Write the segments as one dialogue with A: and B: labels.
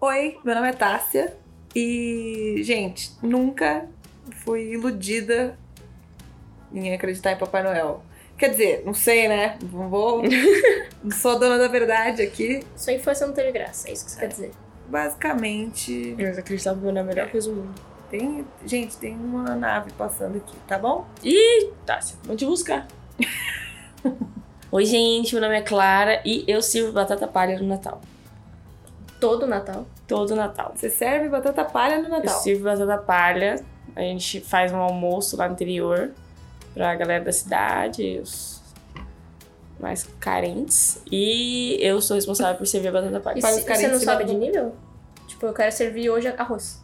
A: Oi, meu nome é Tássia e, gente, nunca fui iludida em acreditar em Papai Noel. Quer dizer, não sei, né? Não vou. não sou a dona da verdade aqui.
B: Sua infância não teve graça, é isso que você quer dizer.
A: Basicamente,
C: Mas acreditava que era a melhor é coisa do mundo.
A: tem. Gente, tem uma nave passando aqui, tá bom?
C: Ih, tá, Tássia, vou te buscar. Oi, gente, meu nome é Clara e eu sirvo batata palha no Natal.
B: Todo Natal.
C: Todo Natal.
A: Você serve batata palha no
C: Eu
A: Natal.
C: sirvo batata palha, a gente faz um almoço lá no interior pra galera da cidade, os mais carentes. E eu sou responsável por servir a batata
B: E
C: palha.
A: Para
B: se-
A: os
B: você
A: carentes
B: não
A: se
B: sobe
A: dá
B: de nível? Tipo, eu quero servir hoje arroz.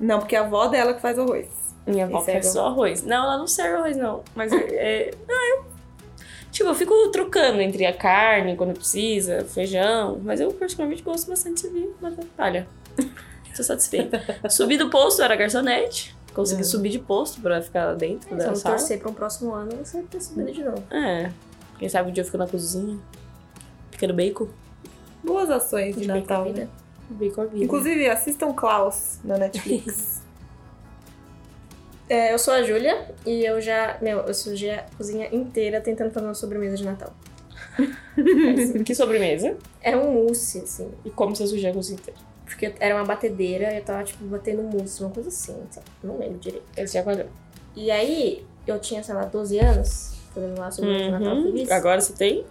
A: Não, porque é a avó dela que faz arroz.
C: Minha avó
A: serve
C: faz é só arroz. Não, ela não serve arroz, não. Mas é. é- ah, eu- Tipo, eu fico trocando entre a carne, quando precisa, feijão. Mas eu particularmente gosto bastante de servir batata palha. Tô satisfeita. Subi do posto, eu era garçonete. Consegui
A: Hum.
C: subir de posto pra ficar lá dentro
B: Se eu
C: da
B: não
C: sala.
B: torcer pra um próximo ano, você vai ter subido de novo.
C: É. Quem sabe um dia eu fico na cozinha. Picando bacon.
A: Boas ações de
B: De bem com a
A: Natal,
B: vida.
A: né?
C: Bacon à vida.
A: Inclusive, assistam Klaus na Netflix.
B: É, eu sou a Júlia e eu já. Meu, eu sujei a cozinha inteira tentando fazer uma sobremesa de Natal.
C: que sobremesa.
B: Era um mousse, assim.
C: E como você suja a cozinha inteira.
B: Porque era uma batedeira e eu tava, tipo, batendo mousse, uma coisa assim, não sei, não lembro direito.
C: Esse já guardou.
B: E aí, eu tinha, sei lá, 12 anos, fazendo lá sobremesa de Natal
C: Uhum.
B: feliz.
C: Agora você tem?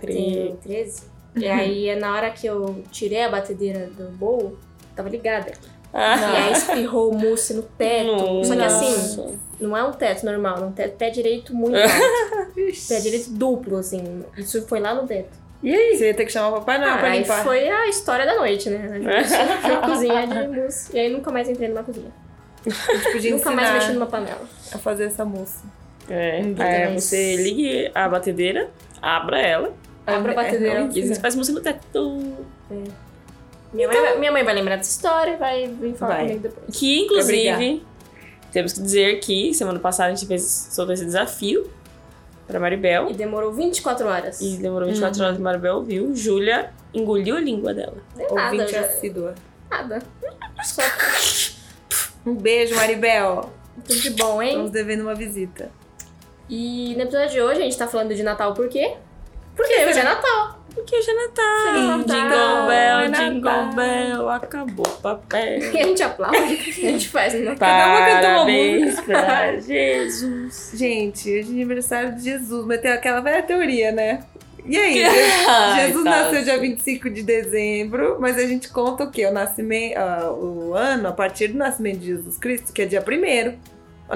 B: Tenho 13. E aí, é na hora que eu tirei a batedeira do bowl, tava ligada.
C: Ah.
B: E aí, espirrou o mousse no
A: é
B: teto. Só que assim,
C: Nossa.
B: não é um teto normal, é um teto pé direito muito alto. pé
A: Vixe.
B: direito duplo, assim. Isso foi lá no teto.
A: Você ia ter que chamar o Papai Noel
B: Ah,
A: pra
B: aí
A: limpar.
B: foi a história da noite, né? Fui cozinhar de mousse. E aí nunca mais entrei numa cozinha.
A: A gente podia
B: nunca mais mexi
A: tipo, ensinar
B: numa panela.
A: a fazer essa moça.
C: É,
A: Hum,
C: aí
B: mas-
C: você ligue a batedeira, abra ela
B: Abra a
A: É,
B: batedeira.
A: não
C: e você
A: ensina.
C: faz música no teto.
B: Minha, mãe, vai- minha mãe vai lembrar dessa história, Então, vai vir falar
A: Vai.
B: comigo depois.
C: Que,
A: Pra
C: inclusive, temos que dizer que semana passada a gente fez, soltou esse desafio pra Maribel.
B: E demorou 24 horas.
C: E demorou 24
A: Uhum.
C: horas pra Maribel ouvir. Júlia engoliu a língua dela.
B: Não é nada,
A: Ouvinte
B: já-
A: assídua.
B: nada. Só
A: Um beijo, Maribel.
B: tudo de bom, hein?
A: Estamos devendo uma visita.
B: E no episódio de hoje a gente tá falando de Natal por quê? Porque hoje é Natal.
C: Porque hoje é Natal.
A: Sim,
C: Jingle Bell,
A: é Natal.
C: Jingle Bell, acabou o papel.
B: E a gente aplaude, o que a gente faz no Natal.
A: Cada uma cantou uma
C: Parabéns pra Jesus.
A: Gente, hoje é aniversário de Jesus, mas tem aquela velha teoria, né? E aí?
C: Ai,
A: Jesus
C: tá.
A: nasceu dia 25 de dezembro, mas a gente conta o quê? O, nascimento, ah, o ano a partir do nascimento de Jesus Cristo, que é dia 1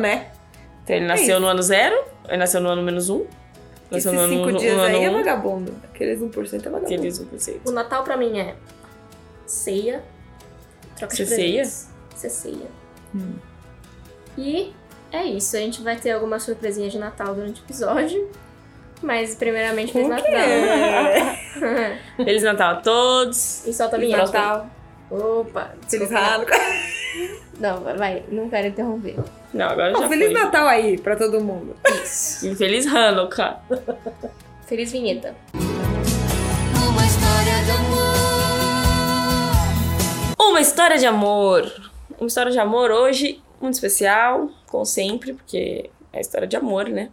A: né?
C: Então ele
A: É isso.
C: nasceu no ano zero, ele nasceu no ano menos um, nasceu
A: Esses
C: no ano
A: cinco
C: no
A: dias
C: ano
A: aí é
C: um,
A: vagabundo. Aqueles 1% é vagabundo.
C: aqueles 1%.
B: O Natal pra mmim é ceia, troca
C: Você
B: de presentes. Você ceia.
A: Hum.
B: E é isso, a gente vai ter algumas surpresinhas de Natal durante o episódio. Mas primeiramente feliz Natal.
A: É.
C: Feliz Natal a todos.
B: e solta a
A: Feliz
B: vinheta.
A: Natal.
B: Opa.
A: Feliz
B: desculpa.
A: Hanukkah.
B: Não, vai, não quero interromper.
C: Não, agora já
A: Não, Feliz
C: foi.
A: Natal aí pra todo mundo.
B: Isso.
C: E Feliz Hanukkah.
B: Feliz vinheta.
D: Uma história de amor.
C: Uma história de amor. Uma história de amor hoje muito especial, como sempre, porque é história de amor, né?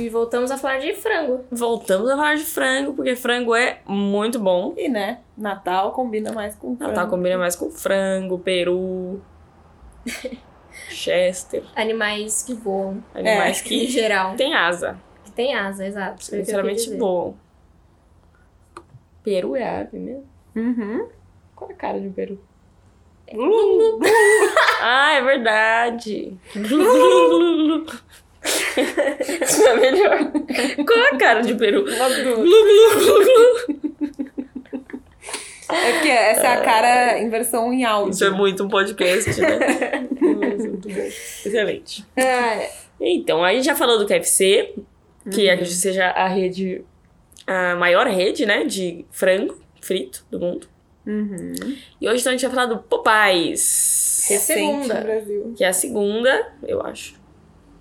B: E voltamos a falar de frango.
C: Voltamos a falar de frango, porque frango é muito bom.
A: E né, Natal combina mais com
C: Natal
A: frango.
C: combina mais com frango, peru, chester,
B: Animais que voam,
A: É.
C: animais
B: em
C: que
B: geral.
C: tem asa.
B: Que tem asa, exato. Foi o que eu quis
C: Sinceramente
B: dizer.
C: bom. Peru é ave mesmo?
A: Uhum.
C: Qual é a cara de um peru? ah, é verdade. É Isso é melhor. Qual é a cara de peru?
A: É porque essa é a cara em versão em áudio.
C: Isso é muito um podcast, né? Nossa, é muito bom. Excelente.
B: É,
C: Então, aí já falou do KFC, que acredito que seja a rede, a maior rede, né, de frango frito do mundo.
A: Uhum.
C: E hoje então a gente vai falar do Popeyes. É
B: Recente no
A: Brasil.
C: Que é a segunda, eu acho.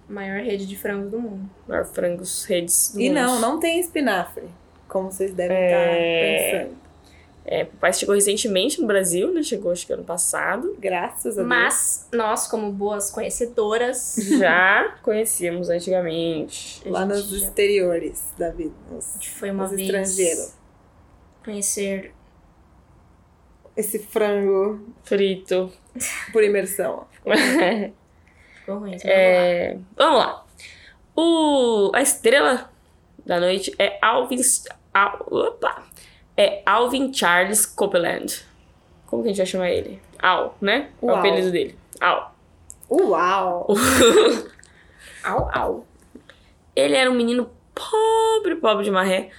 B: Maior rede de frango do mundo.
C: Maior frangos, redes. do
A: E
C: mundo.
A: não, não tem espinafre, como vocês devem
C: É.
A: estar pensando.
C: É, papai chegou recentemente no Brasil, né? Chegou acho que ano passado.
A: Graças a Deus.
B: Mas nós, como boas conhecedoras,
C: Já conhecíamos antigamente.
A: Lá
B: a
A: nos
B: gente já-
A: exteriores da vida.
B: a
A: nos-
B: gente foi uma
A: Os
B: vez
A: estrangeiros.
B: conhecer
A: Esse frango
C: Frito.
A: por imersão.
B: ficou ruim, né? mas vamos lá.
C: É, vamos lá. O, a estrela da noite é Alvin. Al- opa! É Alvin Charles Copeland. Como que a gente vai chamar ele? Al, né? É o
A: Uau.
C: apelido dele. Al.
A: Uau!
C: Au, au. Ele era um menino pobre, pobre de maré.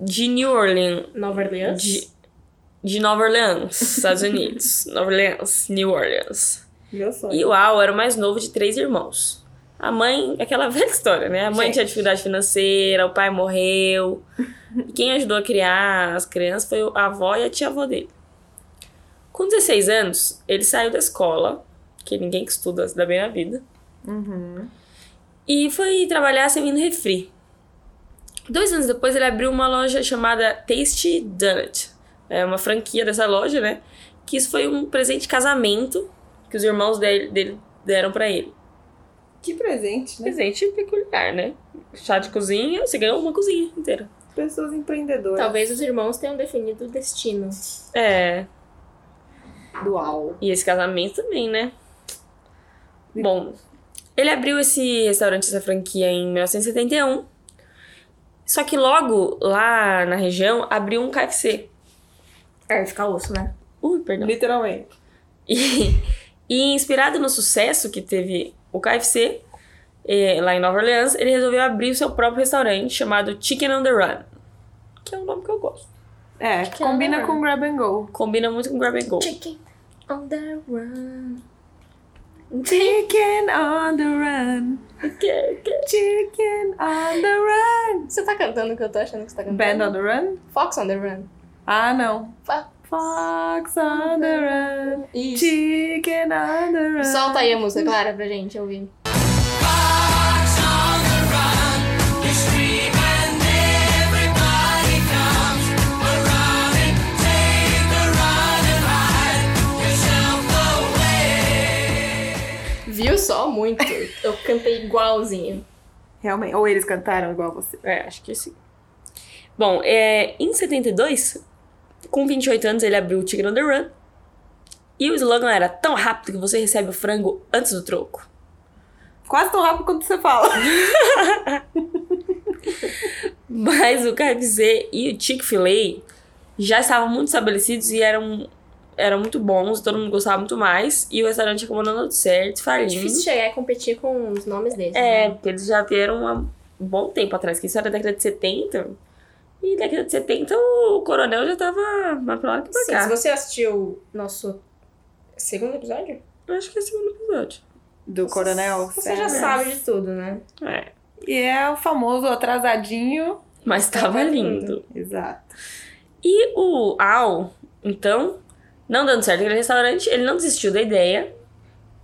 C: De New Orleans.
B: Nova Orleans.
C: De, de Nova Orleans, Estados Unidos. Nova Orleans, New Orleans.
A: Meu sonho.
C: E o Al era o mais novo de três irmãos. A mãe, aquela velha história, né? A mãe
A: Gente.
C: tinha dificuldade financeira, o pai morreu. E quem ajudou a criar as crianças foi a avó e a tia-avó dele. Com 16 anos, ele saiu da escola, que ninguém que estuda se dá bem na vida.
A: Uhum.
C: E foi trabalhar servindo refri. Dois anos depois, ele abriu uma loja chamada Tasty Donut. É uma franquia dessa loja, né? Que isso foi um presente de casamento que os irmãos dele, dele deram pra ele.
A: Que presente, né?
C: Presente é peculiar, né? Chá de cozinha, você ganhou uma cozinha inteira.
A: Pessoas empreendedoras.
B: Talvez os irmãos tenham definido o destino.
C: É,
A: Do Uau.
C: e esse casamento também, né? Bom, ele abriu esse restaurante, essa franquia em 1971. Só que logo lá na região abriu um KFC.
B: É, fica osso, né?
C: Ui, perdão.
A: Literalmente.
C: E, e inspirado no sucesso que teve o KFC eh, lá em Nova Orleans, ele resolveu abrir o seu próprio restaurante chamado Chicken on the Run, que é um nome que eu gosto.
A: É,
B: que
A: combina
B: era.
A: com grab and go.
C: Combina muito com Grab and Go.
B: Chicken on the run.
A: Chicken on the run.
C: Que- que-
A: Chicken on the run.
B: Você tá cantando o que eu tô achando que você tá cantando?
A: Band on the run?
B: Fox on the run.
A: Ah, não.
B: Fa-
A: Fox on the run.
B: Isso.
A: Chicken on the run.
B: Solta aí a música, Clara, pra gente ouvir.
D: Fox on the run, you scream and everybody comes around and take a run and hide yourself away.
B: Viu só? Muito. Eu cantei igualzinho.
A: Realmente. Ou eles cantaram igual você.
C: É, acho que sim. Bom, eh, em 72, com 28 anos, ele abriu o Chicken on the Run. E o slogan era tão rápido que você recebe o frango antes do troco.
A: Quase tão rápido quanto você fala.
C: Mas o KFC e o Chick-fil-A já estavam muito estabelecidos e eram, eram muito bons, todo mundo gostava muito mais. E o restaurante acabou não dando certo,
B: É
C: falindo.
B: difícil chegar e competir com os nomes deles.
C: É,
B: né?
C: porque eles já vieram há um bom tempo atrás, que isso era década de 70. E década de 70 o coronel já tava mais pra lá que pra
B: Sim, se
C: cá.
B: você assistiu nosso segundo episódio,
C: Eu acho que é o segundo episódio.
A: Do coronel.
B: você já
A: Sanders.
B: sabe de tudo, né?
C: É.
A: E é o famoso atrasadinho.
C: Mas tava
B: Tava
C: lindo.
A: Exato.
C: E o Al, então, não dando certo aquele restaurante, ele não desistiu da ideia.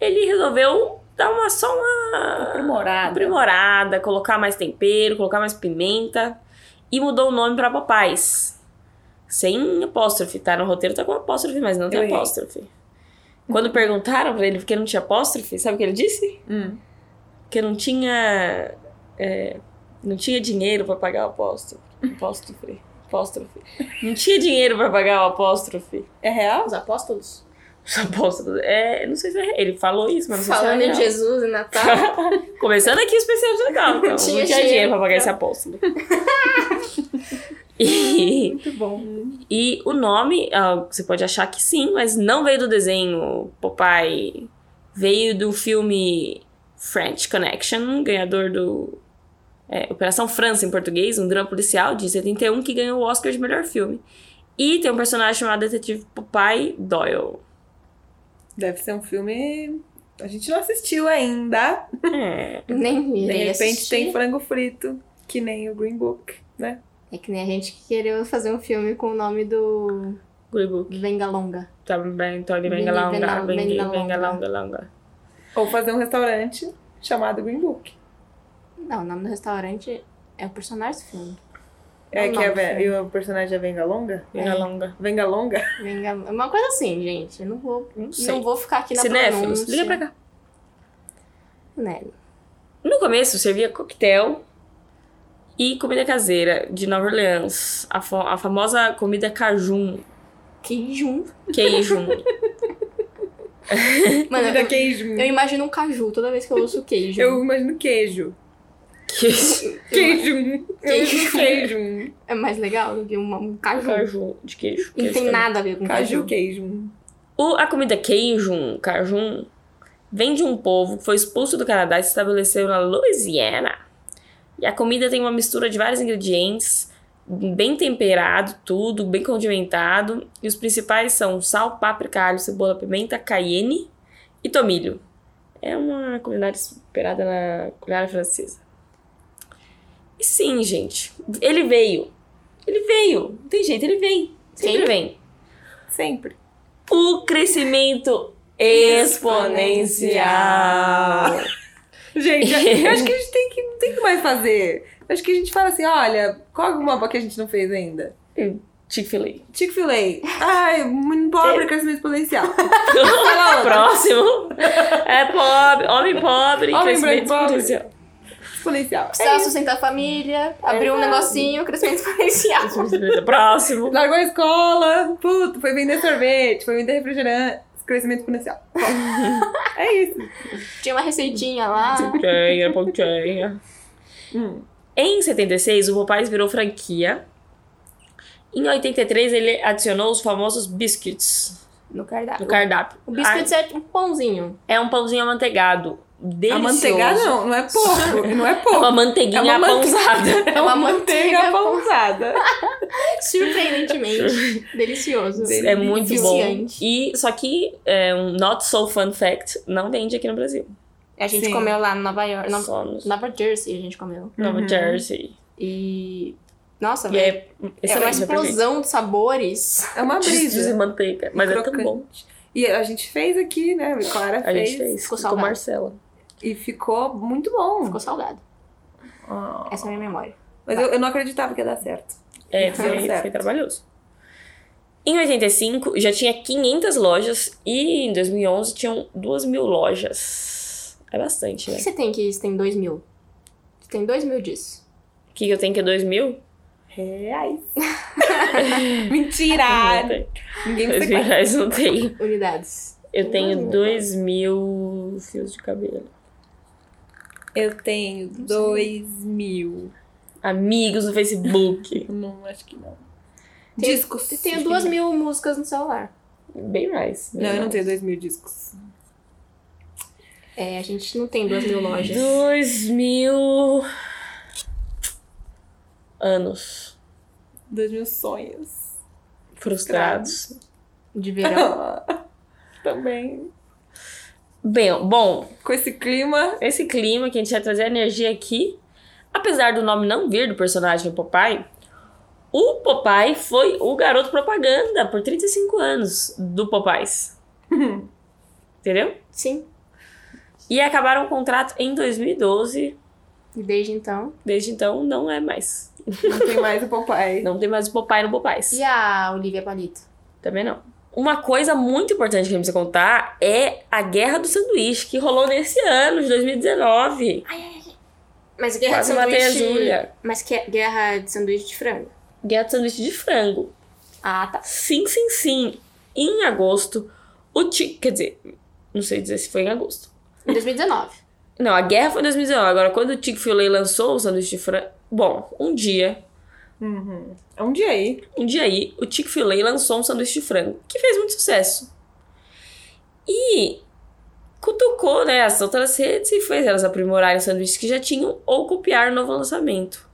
C: Ele resolveu dar uma só uma
A: Aprimorada.
C: aprimorada, colocar mais tempero, colocar mais pimenta e mudou o nome pra Popais. Sem apóstrofe, tá? No roteiro tá com apóstrofe, mas não tem
A: Eu errei.
C: apóstrofe. Quando perguntaram pra ele por que não tinha apóstrofe, sabe o que ele disse?
A: Hum.
C: Que não tinha é, não tinha dinheiro pra pagar o apóstrofe. Apóstrofe. Apóstrofe. Não tinha dinheiro pra pagar o apóstrofe.
A: É real?
B: Ah, Os apóstolos.
C: Os apóstrolos. É, não sei se é, ele falou isso, mas não sei
B: Falando
C: se é
B: em
C: real.
B: Jesus e Natal.
C: Começando aqui o especial de Natal. Então, não tinha dinheiro tá. pra pagar esse apóstolo. e,
A: Muito bom.
C: e o nome, ah, você pode achar que sim, mas não veio do desenho Popeye. Veio do filme French Connection, ganhador do é, Operação França em português, um drama policial de 71 que ganhou o Oscar de melhor filme. E tem um personagem chamado Detetive Popeye Doyle.
A: Deve ser um filme. A gente não assistiu ainda.
C: É,
B: nem
A: De
B: irei
A: repente
B: assistir.
A: tem frango frito, que nem o Green Book, né?
B: É que nem a gente que queria fazer um filme com o nome do
C: Green Book.
B: Vengalonga.
C: Tá bem, Tony,
B: Vem-
C: venga longa,
B: venga-
C: venga
B: venga
C: venga
B: longa.
C: longa, longa.
A: Ou fazer um restaurante chamado Green Book.
B: Não, o nome do restaurante é o personagem do filme.
A: É
B: Não,
A: que a
B: não,
A: Ve-
B: sim.
A: e o personagem é Venga Longa?
C: Linha longa.
A: Venga Longa?
B: Vinga- Uma coisa assim, gente. Eu não vou,
C: Não
B: não
C: sei.
B: vou ficar aqui na
C: Cinéfilos,
B: pronúncia.
C: liga pra cá.
B: Né?
C: No começo, servia coquetel e comida caseira de Nova Orleans. A, fa- a famosa comida cajun,
B: Queijum.
C: queijo.
B: Mano,
A: Comida
B: eu,
A: queijo.
B: eu imagino um caju toda vez que eu ouço queijo.
A: Eu imagino queijo.
C: queijo.
A: Queijo. Eu imagino
B: Queijo.
A: queijo.
B: É mais legal do que um, um caju.
C: Caju, de queijo.
B: Não
C: queijo
B: tem
C: também.
B: nada a ver com caju.
A: Caju queijo.
C: O, a comida queijo, cajun, vem de um povo que foi expulso do Canadá e se estabeleceu na Louisiana. E a comida tem uma mistura de vários ingredientes, bem temperado, tudo, bem condimentado. E os principais são sal, páprica, alho, cebola, pimenta, cayenne e tomilho. É uma culinária inspirada na culinária francesa. E sim, gente, ele veio. Ele veio. Não tem jeito, ele vem. Sempre
B: Sempre.
C: vem
A: Sempre.
C: o crescimento exponencial.
A: Gente, eu acho que a gente tem que, não tem que mais fazer. Eu acho que a gente fala assim, olha, qual é o mapa que a gente não fez ainda?
C: Chick-fil-A.
A: Chick-fil-A. Ai, muito
B: É.
A: pobre, crescimento exponencial.
C: Próximo. É pobre, homem pobre,
A: Homem branco
C: crescimento
A: pobre.
C: exponencial.
A: Exponencial. É
B: Precisava sustentar a família, abrir um negocinho, crescimento exponencial.
C: Próximo.
A: Largou a escola, puto, foi vender sorvete, foi vender refrigerante, crescimento exponencial. Bom, é isso.
B: Tinha uma receitinha lá.
C: Pontinha, pontinha.
A: Hum.
C: Em 76, o Popeyes virou franquia. Em 83, ele adicionou os famosos biscuits
B: No cardápio.
C: no cardápio.
B: O biscuit é um pãozinho.
C: É um pãozinho amanteigado.
A: A
C: Delicioso.
A: manteiga não, não é pouco, não é pouco.
C: Uma manteiguinha
A: É uma mante-
C: pãozada.
B: É uma manteiga
A: pousada.
B: Surpreendentemente delicioso.
C: É muito bom.
B: Viciante.
C: E só que é, um not so fun fact não vende aqui no Brasil.
B: A gente
A: Sim.
B: comeu lá em Nova York. Nova,
C: Só no
B: Nova Jersey a gente comeu.
C: Nova
A: Uhum.
C: Jersey.
B: E. Nossa,
C: E
B: velho.
C: é
B: É, uma
C: excelente pra gente.
B: explosão de sabores.
A: É uma
C: Cheese e
A: brisa.
C: manteiga. Mas é tão
A: Crocante.
C: bom.
A: E a gente fez aqui, né? A Clara
C: A
A: fez.
C: gente fez.
B: Ficou
C: com
B: salgado.
C: Marcela.
A: E ficou muito bom. Ah,
B: Ficou salgado. Essa é a minha memória.
A: Mas eu, eu não acreditava que ia dar certo.
C: É,
A: Deu
C: foi,
A: certo.
C: foi trabalhoso. Em 85, já tinha 500 lojas. E em 2011, tinham 2 mil lojas. É bastante,
B: O
C: né?
B: que você tem que você tem dois mil? Você tem dois mil disso.
C: O que que eu tenho que é 2 mil?
A: Reais. Mentira! Ninguém me
C: 2 mil
A: sequestra.
C: reais não tenho.
B: Unidades.
C: Eu tenho
B: Olha.
C: 2 mil fios de cabelo.
A: Eu tenho dois mil.
C: amigos no Facebook.
A: Não, acho que não.
B: Tem-
A: discos.
B: Você tem duas mil músicas no celular.
C: Bem mais.
A: Não, eu não tenho dois mil discos.
B: É, a gente não tem duas mil lojas.
C: 2 mil anos
A: Dois mil sonhos.
C: frustrados.
B: De verão.
A: Também.
C: Bem, bom,
A: Com esse clima.
C: esse clima que a gente vai trazer a energia aqui, apesar do nome não vir do personagem Popeye, o Popeye foi o garoto propaganda por 35 anos do Popeyes. Entendeu?
B: Sim.
C: E acabaram o contrato em 2012.
B: E desde então.
C: Desde então, não é mais.
A: Não tem mais o Popeye.
C: Não tem mais o Popeye no Popeyes.
B: E a Olivia Palito?
C: Também não. Uma coisa muito importante que a gente precisa contar é a Guerra do Sanduíche, que rolou nesse ano, de 2019.
B: Mas guerra
C: Quase
B: de
C: matei a
B: sanduíche.
C: Júlia.
B: Mas que é guerra de sanduíche de frango.
C: Guerra do Sanduíche de Frango.
B: Ah, tá.
C: Sim, sim, sim. Em agosto, o Ti... Quer dizer, não sei dizer se foi em agosto.
B: Em 2019.
C: Não, a guerra foi em 2019. Agora, quando o Chick-fil-A lançou o sanduíche de frango... Bom, um dia,
A: Uhum. É um dia aí.
C: um dia aí, o Chick-fil-A lançou um sanduíche de frango, que fez muito sucesso. E cutucou, né, as outras redes e fez elas aprimorarem os sanduíches que já tinham ou copiar o novo lançamento.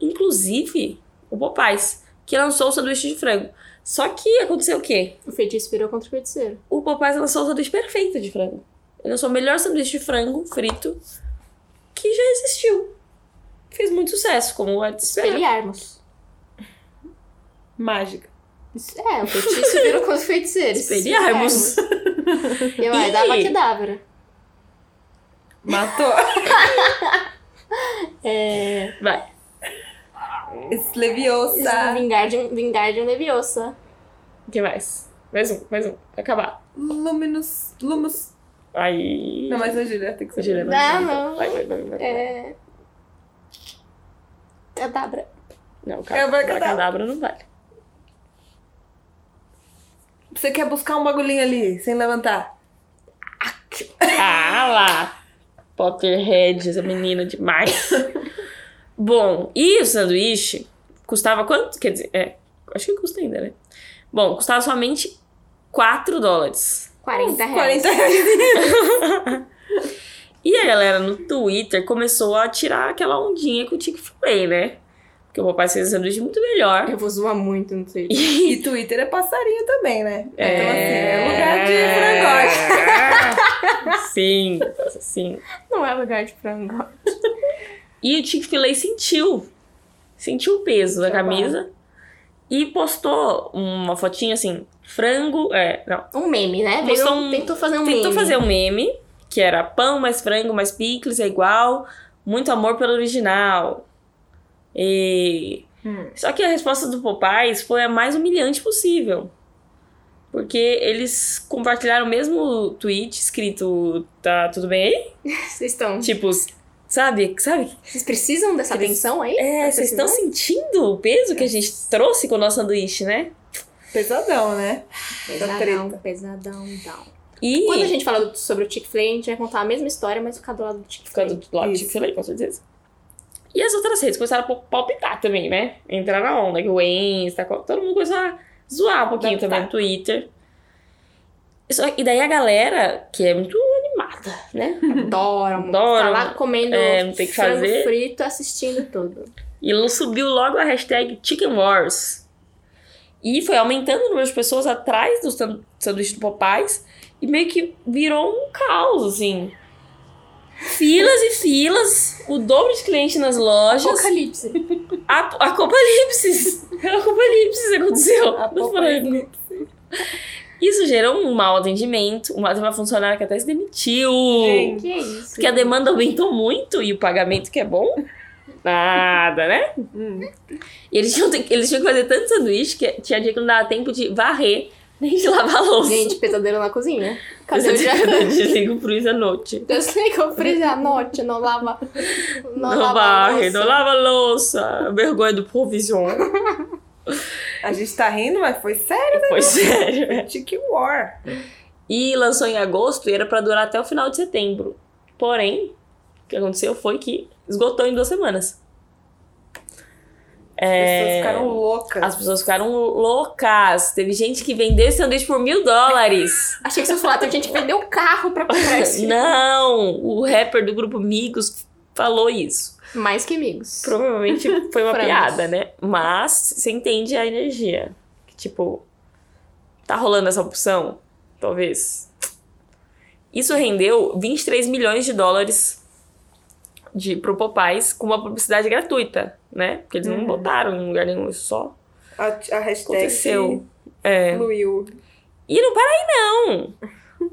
C: Inclusive, o Popeyes, que lançou o sanduíche de frango. Só que aconteceu o quê?
B: O feitiço virou contra o feiticeiro.
C: O Popeyes lançou o sanduíche perfeito de frango. Ele lançou o melhor sanduíche de frango frito que já existiu. Fez muito sucesso, como era de
B: É.
C: se esperar.
B: Espelharmos.
A: Mágica.
B: É, o feitiço virou contra o feiticeiro.
C: Espelharmos.
B: né? Espelharmos. E vai, dava que dávera.
A: Matou.
B: É.
C: Vai.
A: Esse
B: Tá.
A: Leviosa.
B: Vingardium, Vingardium Leviosa.
C: O que mais? Mais um, mais um. Vai acabar.
A: Luminous. Lumos.
C: Aí.
A: Não, mas a gíria tem que ser.
C: Gíria,
A: bonita.
C: vai,
B: Não, não.
C: Vai, vai, vai. vai.
B: É. Cadabra.
C: Não,
A: É o
C: cara.
A: Abracadabra.
C: Abracadabra não vale.
A: Você quer buscar um bagulhinho ali, sem levantar.
C: Ah lá! Potterhead, essa menina demais. Bom, e o sanduíche custava quanto? Quer dizer, é, acho que custa ainda, né? Bom, custava somente 4 dólares.
B: 40 reais.
A: 40 reais.
C: E a galera no Twitter começou a tirar aquela ondinha que eu tinha que falei, né? Porque o papai fez um sanduíche muito melhor.
B: vou zoar muito no Twitter.
C: E
A: E Twitter é passarinho também, né? Então, assim,
C: é
A: é lugar de frangote.
C: frangote. Sim, sim.
B: Não é lugar de frango.
C: E o Chick-fil-A sentiu. Sentiu o peso da
B: Tá bom.
C: camisa. E postou uma fotinha assim, frango. É, não.
B: Um meme, né?
C: Postou
B: Veio-
C: um-
B: Tentou fazer um meme.
C: Tentou fazer um meme, que era pão mais frango mais picles é igual. Muito amor pelo original. E...
A: Hum.
C: Só que a resposta do Popeyes foi a mais humilhante possível. Porque eles compartilharam o mesmo tweet escrito, tá tudo bem aí?
B: Vocês estão.
C: Tipo, sabe, sabe
B: Vocês precisam dessa
C: Eles-
B: atenção aí?
C: É,
B: Tá
C: vocês estão
B: precisando?
C: sentindo o peso que a gente trouxe com o nosso sanduíche, né?
A: Pesadão, né? Essa
B: Pesadão,
A: treta.
B: pesadão, down.
C: E
B: Quando a gente fala do- sobre o Chick-fil-A, a gente vai contar a mesma história, mas ficar do lado do
C: fica
B: Chick-fil-A.
C: do lado de
A: Isso.
C: Chick-fil-A, com certeza. E as outras redes começaram a pal- palpitar também, né? Entrar na onda, que o Insta, co- todo mundo começou a zoar um pouquinho
B: Adaptar.
C: também no Twitter. E só- e daí a galera, que é muito animada, né?
B: Adoram. Tá
C: Adoram.
B: lá comendo
C: É, não tem que
B: frango
C: fazer.
B: frito, assistindo tudo.
C: E ela subiu logo a hashtag Chicken Wars. E foi aumentando o número de pessoas atrás do san- sanduíche do Popeyes. E meio que virou um caos, assim. Filas e filas, o dobro de cliente nas lojas.
B: Apocalipse.
C: A, apocalipse! apocalipse aconteceu. no frango.
A: Apocalipse.
C: Isso gerou um mau atendimento. Uma, teve uma funcionária que até se demitiu.
A: Gente.
B: que é isso?
C: Porque a demanda aumentou muito e o pagamento que é bom. Nada, né?
A: Hum.
C: E eles tinham, eles tinham que fazer tanto sanduíche que tinha dia que não dava tempo de varrer nem de lavar a louça. é
B: Gente, pesadelo na cozinha. Cadê
C: eu
B: o dia?
C: desligo pro isso à noite.
B: Eu sei que eu fiz a noite, não lava. Não,
C: Não,
B: lava a
C: varre,
B: louça.
C: não lava a louça. Vergonha do provision.
A: A gente tá rindo, mas foi sério. é.
C: Foi sério.
A: Chick War.
C: E lançou em agosto e era pra durar até o final de setembro. Porém, o que aconteceu foi que esgotou em duas semanas.
A: As
C: É,
A: pessoas ficaram loucas.
C: As pessoas ficaram loucas. Teve gente que vendeu esse sanduíche por mil dólares.
B: Achei que vocês falaram, tem gente que vendeu o carro pra comprar esse.
C: Não, o rapper do grupo Migos falou isso.
B: Mais que amigos.
C: Provavelmente foi uma
B: Frangos.
C: piada, né? Mas você entende a energia. Que, tipo, tá rolando essa opção? Talvez. Isso rendeu 23 milhões de dólares de, pro Popeyes com uma publicidade gratuita, né? Porque eles não
A: Uhum.
C: botaram em lugar nenhum, isso só
A: A, a hashtag
C: aconteceu. É.
A: fluiu.
C: E não para aí, não!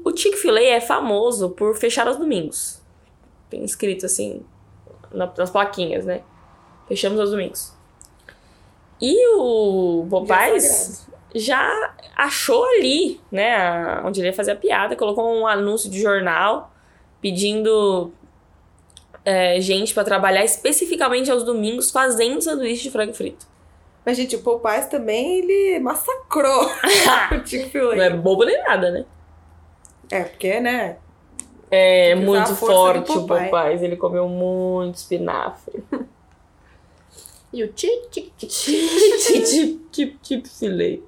C: O Chick-fil-A é famoso por fechar aos domingos. Tem escrito assim na- nas plaquinhas, né? Fechamos aos domingos. E o Popeyes já achou ali, né? a- onde ele ia fazer a piada, colocou um anúncio de jornal pedindo é, gente pra trabalhar especificamente aos domingos fazendo sanduíche de frango frito.
A: Mas, gente, o Popeyes também, ele massacrou o
C: não
A: Chick-fil-A.
C: é bobo nem nada, né?
A: É, porque, né?
C: É
A: Precisava
C: muito
A: a força do
C: forte o
A: Popeye.
C: Popeyes, ele comeu muito espinafre.
B: E o tchit, tchit, tchit.
C: tipo, tipo, tipo filé.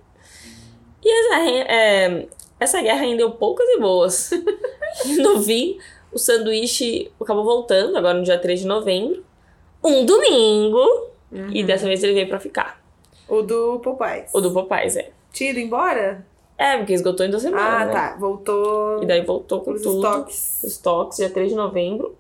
C: E essa, re- é, essa guerra rendeu poucas e boas. no fim, o sanduíche acabou voltando, agora no dia 3 de novembro. Um domingo.
A: Uhum.
C: E dessa vez ele veio pra ficar.
A: O do Popeyes.
C: O do Popeyes, é.
A: Tiro embora?
C: É, porque esgotou em duas semanas,
A: ah,
C: né?
A: tá. Voltou
C: E daí voltou com
A: os
C: tudo.
A: estoques.
C: os toques, dia 3 de novembro.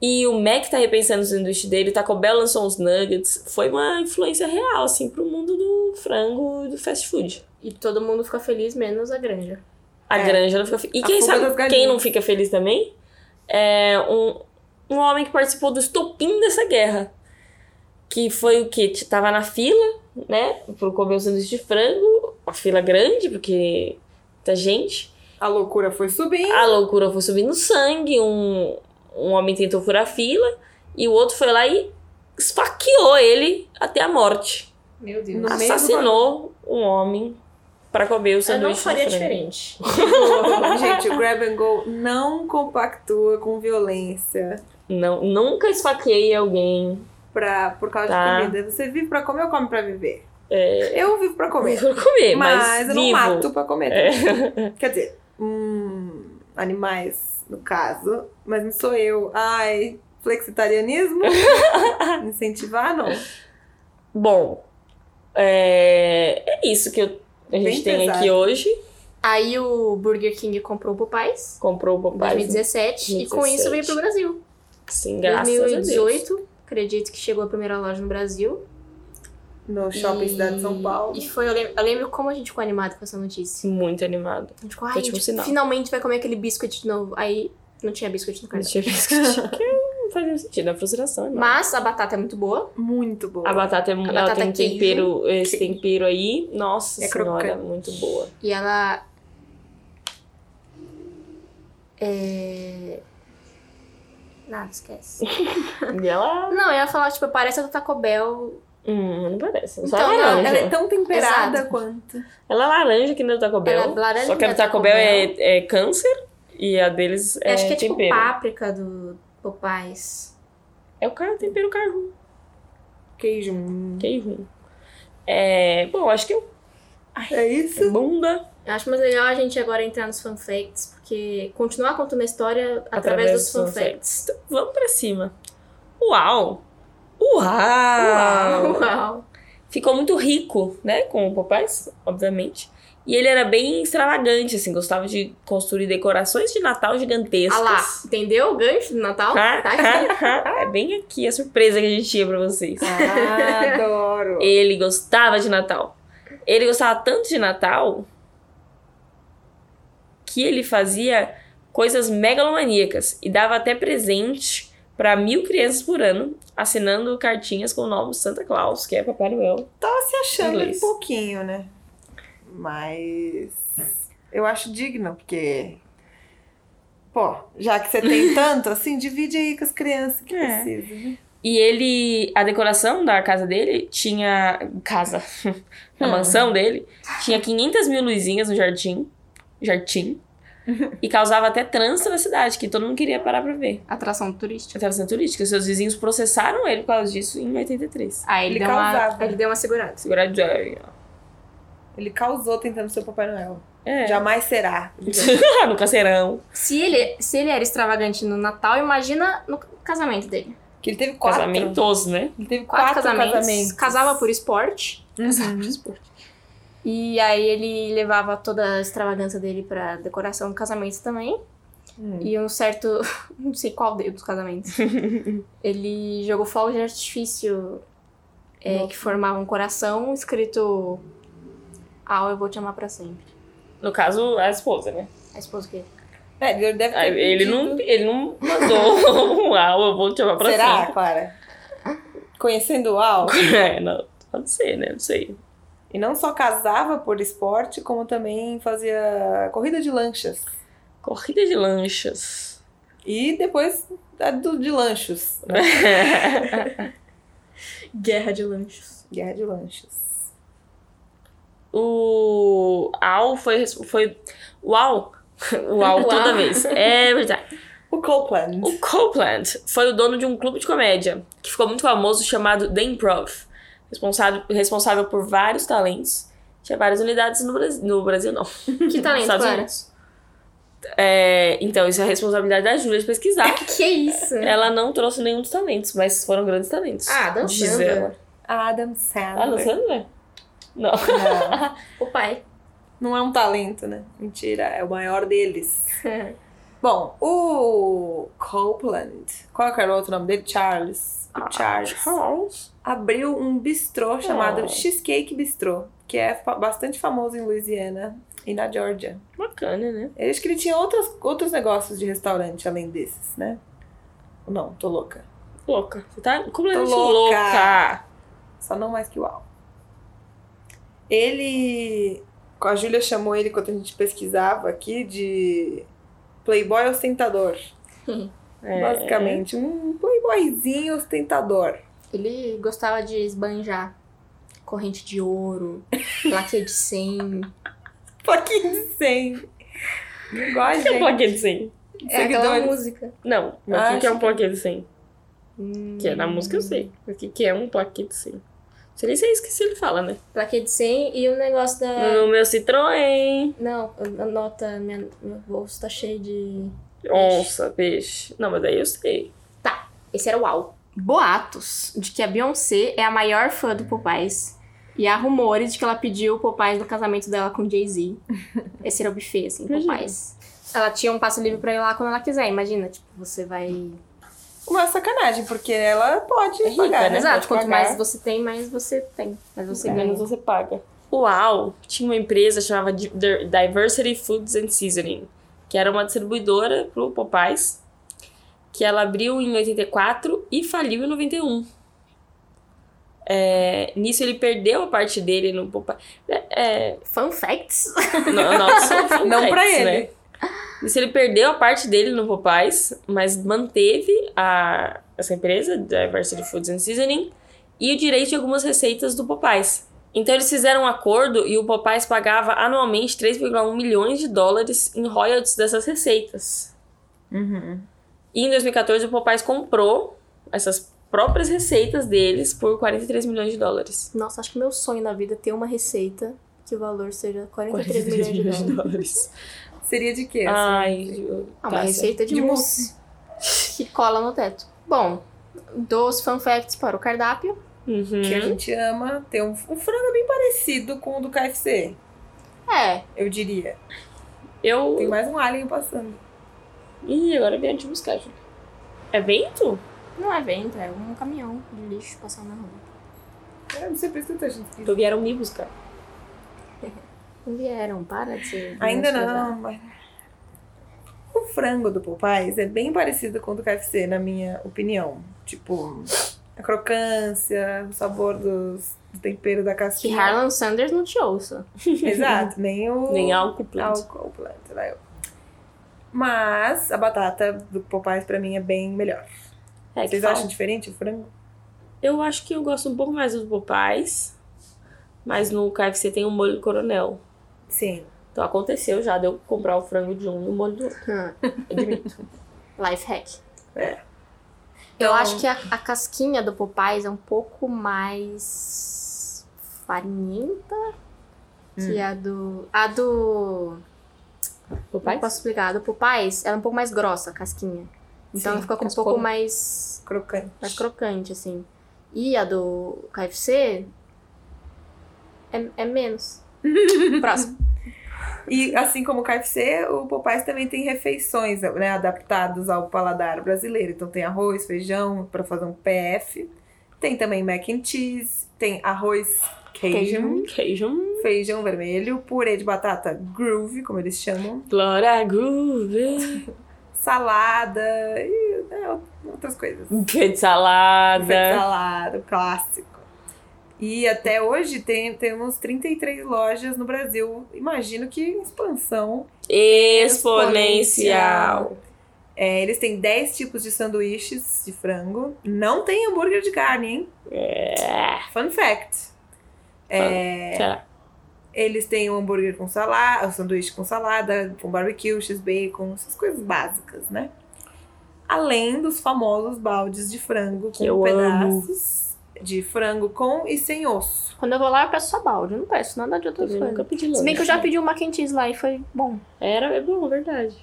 C: E o Mac tá repensando o sanduíche dele, o Taco Bell lançou uns nuggets. Foi uma influência real, assim, pro mundo do frango e do fast food.
B: E todo mundo fica feliz, menos a granja.
C: A
A: É.
C: granja não fica feliz. E
A: A
C: quem
A: fuga
C: sabe
A: das galinhas.
C: quem não fica feliz também? é, um, um homem que participou do estopim dessa guerra. Que foi o que? Tava na fila, né? Pro comer um sanduíche de frango. Uma fila grande, porque muita gente.
A: A loucura foi subindo.
C: A loucura foi subindo sangue, um, um homem tentou furar a fila e o outro foi lá e esfaqueou ele até a morte.
B: Meu Deus.
A: No meio do
C: Assassinou um homem pra comer o
B: Eu
C: sanduíche.
B: não faria
C: de frango.
B: diferente.
A: Gente, o grab and go não compactua com violência
C: Não, nunca esfaqueei alguém.
A: pra, por causa
C: Tá.
A: de comida. Você vive pra comer ou come pra viver? Eu vivo pra comer.
C: Por comer, mas,
A: mas eu
C: vivo.
A: não mato pra comer.
C: É.
A: Quer dizer, hum, animais, no caso, mas não sou eu. Ai, flexitarianismo? Incentivar, não.
C: Bom, é, é isso que eu- a
A: Bem
C: gente tem
A: pesado.
C: aqui hoje.
B: Aí o Burger King comprou o Popeyes
C: Comprou o
B: em
C: Popeyes.
B: 2017 e com isso veio pro Brasil.
C: Sim,
B: Em
C: graças a Deus.
B: 2018, acredito que chegou a primeira loja no Brasil.
A: No shopping
B: e...
A: Cidade de São Paulo.
B: E foi, eu lembro, eu lembro como a gente ficou animado com essa notícia.
C: Muito animado.
B: A gente ficou, ai,
C: Foi tipo
B: gente,
C: um sinal.
B: finalmente vai comer aquele biscuit de novo. Aí não tinha biscuit no
C: Não
B: cardápio.
C: tinha visto que tinha- que não faz nenhum sentido, a frustração é enorme.
B: Mas a batata é muito boa.
A: Muito bom.
C: A batata é muito. Ela
B: tipo, batata
C: tem um
B: queijo.
C: tempero, esse tempero aí. Nossa
A: É
C: senhora,
A: crocante.
C: muito boa.
B: E ela. É. Nada, esquece.
C: E ela.
B: Não, eu ia falar, tipo, parece a do Taco Bell.
C: Hum, não parece. Só
B: Então,
C: é
B: não,
A: Ela
C: laranja. Ela
A: é
C: é,
A: tão temperada
B: Exato.
A: quanto.
C: laranja que nem o Taco Bell.
B: Ela é laranja
C: só que a do
B: que nem o
C: Taco
B: Taco
C: Bell é, é câncer e a deles é
B: acho que é tipo
C: tempero.
B: páprica do Popeyes.
C: é o cara, tempero carro.
A: Queijo.
C: Queijo. É. Bom, acho que é
A: É isso?
C: bunda.
B: Eu acho mais legal a gente agora entrar nos fanfacts, porque continuar contando a história através, dos
C: dos
B: fanfacts.
C: fanfacts. Então, Vamos pra cima. Uau! Uau!
B: Uau!
C: ficou muito rico, né, com o Popeyes, obviamente. E ele era bem extravagante, assim, gostava de construir decorações de Natal
B: Ah lá,
C: gigantescas. Ah,
B: entendeu o gancho do Natal? Tá aqui.
C: é bem aqui a surpresa que a gente tinha pra vocês.
A: Ah, adoro.
C: Ele gostava de Natal. Ele gostava tanto de Natal que ele fazia coisas megalomaníacas e dava até presente pra mil crianças por ano, assinando cartinhas com o nome Santa Claus, que é Papai Noel.
A: Tava se achando
C: Inglês.
A: um pouquinho, né? Mas eu acho digno, porque. Pô, já que você tem tanto, assim, divide aí com as crianças que
C: É.
A: precisam. né?
C: E ele, a decoração da casa dele tinha. Casa. a
A: Ah.
B: Hum.
C: mansão dele tinha 500 mil luzinhas no jardim. Jardim. e causava até trança na cidade, que todo mundo queria parar pra ver.
B: Atração turística.
C: Atração turística. Seus vizinhos processaram ele por causa disso em 83.
B: Aí Ah, ele,
A: Ele
B: deu uma,
A: causava.
B: ele deu uma segurada.
C: Segurar Jerry.
A: Ele causou tentando ser o Papai Noel.
C: É.
A: Jamais será.
C: no caseirão.
B: Se ele, se ele era extravagante no Natal, imagina no casamento dele.
A: Que ele teve quatro.
C: Casamentoso, né?
A: Ele teve
B: Quatro,
A: quatro,
B: casamentos,
A: casamentos.
B: Casava por esporte.
A: Uhum.
B: E aí ele levava toda a extravagância dele pra decoração do casamento também.
A: Hum.
B: E um certo. Não sei qual dele dos casamentos. ele jogou fogos de artifício é, que formava um coração escrito. Ah, eu vou te amar pra sempre.
C: No caso, a esposa, né?
B: A esposa que
A: É, ele deve ter
C: Aí Ele
A: pedido.
C: não, ele não mandou um au, eu vou te chamar pra
A: Será,
C: sempre.
A: Clara? Conhecendo o Al.
C: É, não. Pode ser, né? Não sei.
A: E não só casava por esporte, como também fazia corrida de lanchas.
C: Corrida de lanchas.
A: E depois a do, de lanchos.
B: Guerra de lanchos.
A: Guerra de lanchos.
C: o Al foi. res- foi o Al. O Al toda
B: Uau.
C: vez. É verdade.
A: O Copeland.
C: O Copeland foi o dono de um clube de comédia que ficou muito famoso chamado The Improv, responsável, responsável por vários talentos. Tinha várias unidades no Brasil. No Brasil, não.
B: Que talento,
C: Estados
B: Clara.
C: Unidos. É, então, isso é a responsabilidade da Júlia de pesquisar.
B: Que isso?
C: Ela não trouxe nenhum dos talentos, mas foram grandes talentos.
B: Ah, dançando.
C: Diz ela.
A: Adam
C: Ah,
A: Sandler.
C: dançando? Não.
A: não,
B: O pai.
A: não é um talento, né? Mentira, é o maior deles. Bom, o Copeland, qual que era o outro nome dele? Charles. O Charles
C: Charles.
A: abriu um bistrô chamado
C: Oh.
A: Cheesecake Bistrô, que é fa- bastante famoso em Louisiana. e na Georgia.
C: Bacana, né?
A: Eu acho que ele tinha outras, outros negócios de restaurante além desses, né? Não, tô louca.
C: Louca. Você tá completamente
A: Tô louca.
C: louca.
A: Só não mais que o Al. Ele. A Júlia chamou ele quando a gente pesquisava aqui de Playboy ostentador.
C: É.
A: Basicamente, um playboyzinho ostentador.
B: Ele gostava de esbanjar corrente de ouro, plaquete de 100.
A: Pouquinho de 100. Igual a
C: O que é um
A: gente.
C: plaquete sem?
B: É aquela
A: Seguidores.
B: música.
C: Não, mas o
A: Ah,
C: que que é um
A: acho
C: plaquete sem?
B: Hum,
C: Que é na música eu sei. O que que é um plaquete sem? Não sei nem se é isso que se ele fala, né?
B: Plaquete de 100 e o negócio da.
A: É.
C: No meu Citroën,
B: Não, a nota, minha, meu bolso tá cheio de.
C: onça, peixe. Não, mas daí eu sei.
B: Esse era o UAU. Boatos de que a Beyoncé é a maior fã do Popeyes. E há rumores de que ela pediu o Popeyes no casamento dela com Jay-Z. Esse era o buffet, assim,
C: Imagina.
B: Popeyes. Ela tinha um passo livre pra ir lá quando ela quiser, imagina. Tipo, você vai...
A: Uma sacanagem, porque ela pode
C: É rica,
A: pagar, né?
B: Exato,
A: Pode
B: quanto
A: pagar.
B: mais você tem, mais você tem. Mas você ganha.
C: assim, Menos você paga. Uau! Tinha uma empresa chamava Di- Di- Diversity Foods and Seasoning, que era uma distribuidora pro Popeyes, que ela abriu em 84 e faliu em 91. É, nisso ele perdeu a parte dele no Popeyes. É, é,
B: Fun facts.
C: no- nossa, fun
A: Não pra
C: facts,
A: ele.
C: Né? Nisso ele perdeu a parte dele no Popeyes, mas manteve a, essa empresa, Diversity Foods and Seasoning, e o direito de algumas receitas do Popeyes. Então eles fizeram um acordo e o Popeyes pagava anualmente 3,1 milhões de dólares em royalties dessas receitas.
A: Uhum.
C: E em 2014 o Popeyes comprou essas próprias receitas deles por 43 milhões de dólares.
B: Nossa, acho que meu sonho na vida é ter uma receita que o valor seja 43
C: 43
B: milhões de
C: milhões de
B: dólares.
C: dólares.
A: Seria de quê? assim?
C: Ai, eu-
B: Ah, uma
C: tá,
B: receita de,
A: De
B: mousse. que cola no teto. Bom, dos fun facts para o cardápio.
C: Uhum.
A: Que a gente ama. Tem um, um frango bem parecido com o do KFC,
B: É,
A: eu diria.
C: Eu
A: Tem mais um alien passando.
C: Ih, agora eu vim te buscar, Júlia. É vento?
B: não é vento, é um caminhão de lixo passando na rua.
A: Eu É, não sei por isso que eu tô achando esquisito.
C: Então vieram me buscar.
B: Não vieram, para de ser.
A: Ainda
B: desnatural.
A: não, mas... O frango do Popeyes é bem parecido com o do KFC, na minha opinião. Tipo, a crocância, o sabor dos, do tempero da
B: Que
A: casquinha.
B: Harlan Sanders não te ouça.
A: Exato, nem o...
C: Nem álcool planta.
A: álcool planta, vai. Mas a batata do Popeyes pra mim é bem melhor.
C: É, que
A: Vocês
C: fala.
A: acham diferente o frango?
C: Eu acho que eu gosto um pouco mais dos Popeyes. Mas no KFC tem o molho do coronel.
A: Sim.
C: Então aconteceu já de eu comprar o frango de um e o molho do outro. É Admito.
B: Life hack.
A: É.
B: Eu
A: Então-
B: acho que a, a casquinha do Popeyes é um pouco mais farinhenta
A: Hum.
B: que a do. A do. Não
C: Popeyes?
B: posso explicar. A do Popeyes ela é um pouco mais grossa, a casquinha. Então
A: Sim,
B: ela fica com um
C: mas
B: pouco
C: como-
B: mais,
A: Crocante.
B: mais crocante, assim. E a do KFC é, é menos. Próximo.
A: E assim como o KFC, o Popeyes também tem refeições né, adaptadas ao paladar brasileiro. Então tem arroz, feijão para fazer um PF. Tem também mac and cheese, tem arroz queijo,
C: Queijo.
A: feijão vermelho, purê de batata groove, como eles chamam,
C: Glória Groove.
A: salada e né, outras coisas.
C: Que um de salada.
A: Salada, clássico. E até hoje tem, temos 33 lojas no Brasil. Imagino que em expansão
C: Exponencial.
A: É, eles têm 10 tipos de sanduíches de frango. Não tem hambúrguer de carne, hein?
C: É.
A: Fun fact.
C: Será?
A: Eles têm o hambúrguer com salada, o sanduíche com salada, com barbecue, x-bacon, essas coisas básicas, né? Além dos famosos baldes de frango
C: Que
A: com
C: eu
A: pedaços de frango com e sem osso.
B: Quando eu vou lá, eu peço só balde. Eu não peço nada de outras
C: Eu nunca
B: coisas.
C: pedi
B: Se
C: lanche.
B: bem que eu já pedi uma quentis lá e foi bom.
C: Era, é bom, verdade.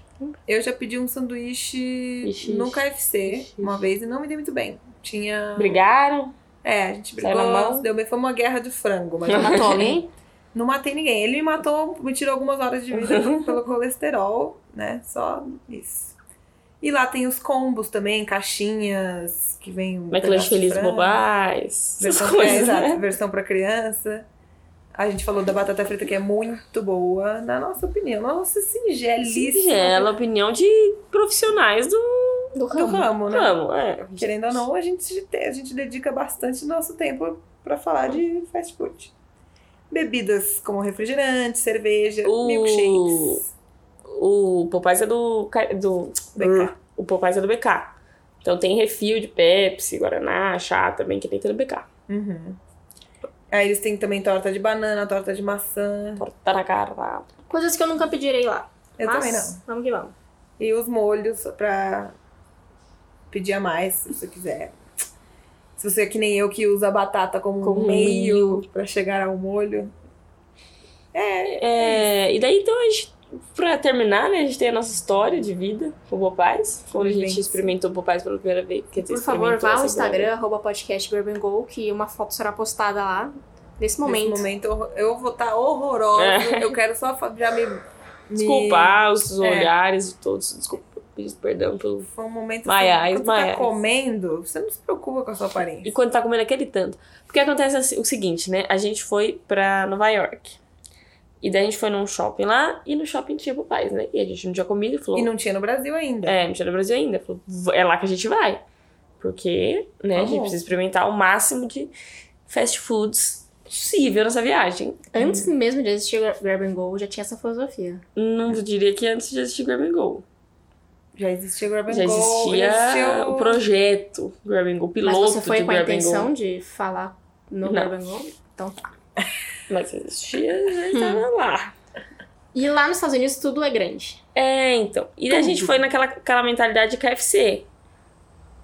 A: Eu já pedi um sanduíche
C: Ixi,
A: no
C: ixi,
A: KFC
C: ixi, ixi.
A: uma vez e não me dei muito bem. Tinha.
C: Brigaram?
A: É, a gente
C: Saiu na
A: brigou,
C: mão?
A: se deu bem. Foi uma guerra de frango, mas
B: Matou alguém?
A: Não matei ninguém. Ele me matou, me tirou algumas horas de vida
C: Uhum.
A: por- pelo colesterol, né? Só isso. E lá tem os combos também, caixinhas que vem. um
C: McLanche
A: pedaço de
C: Feliz
A: frango,
C: é Bobais. Essas
A: Versão, é,
C: coisas,
A: exato,
C: né?
A: versão pra criança. A gente falou da batata frita que é muito boa, na nossa opinião. Nossa, singelíssima.
C: Singela é opinião de profissionais do
B: Do
A: Do
B: ramo.
A: ramo, né?
C: ramo, é.
A: Querendo ou não, a gente, te- a gente dedica bastante nosso tempo pra falar de fast food. Bebidas como refrigerante, cerveja,
C: O-
A: milkshakes.
C: O Popeyes é do... Ca- do
A: BK.
C: O Popeyes é do BK. Então tem refil de Pepsi, Guaraná, chá também, que tem que ter do BK.
A: Uhum. Aí eles têm também torta de banana, torta de maçã.
C: Torta na garrafa.
B: Coisas que eu nunca pedirei lá.
A: Eu
B: mas
A: também não.
B: Vamos que vamos.
A: E os molhos pra pedir a mais, se você quiser. Se você é que nem eu que usa a batata como,
C: Como
A: meio pra chegar ao molho.
C: É, e daí, então, a gente, pra terminar, né, a gente tem a nossa história de vida com o Popeyes. Quando a gente
A: Vivência.
C: experimentou o Popeyes pela primeira vez. quer dizer,
B: Por favor,
C: experimentou
B: vá ao
C: essa primeira
B: Instagram, arroba podcast Bourbon Go, que uma foto será postada lá
A: Nesse
B: nesse momento.
A: momento eu- eu vou estar horrorosa.
C: É.
A: Eu quero só fa- já me. me-
C: vez. Desculpar ah, os
A: É.
C: olhares de todos. Desculpa, pedir perdão pelo...
A: Foi um momento
C: Maiais,
A: assim, quando você
C: maiais.
A: tá comendo, você não se preocupa com a sua
C: E
A: aparência.
C: quando tá comendo aquele tanto. Porque acontece assim- o seguinte, né? A gente foi pra Nova York. E daí a gente foi num shopping lá. E no shopping tinha Popeyes, né? E a gente não tinha comido e falou...
A: E não tinha no Brasil ainda.
C: É, não tinha no Brasil ainda. Falou, "V- é lá que a gente vai. Porque,
B: Tá
C: né, a gente
A: Vamos.
C: precisa experimentar o máximo de fast foods possível nessa viagem.
B: Antes mesmo de existir Gra- Grab and Go, já tinha essa filosofia.
C: Não diria que antes de existir Grab and Go.
A: Já existia Grab and
C: já
A: Go,
C: existia
A: existia
C: o projeto Grab and Go, o piloto
B: Mas você foi
C: do
B: com a
C: Grab and
B: intenção
C: Go.
B: de falar no
C: Não.
B: Grab and Go? Então tá.
C: Mas existia, já estava lá.
B: E lá nos Estados Unidos tudo é grande.
C: É, então. E daí a gente foi naquela aquela mentalidade KFC.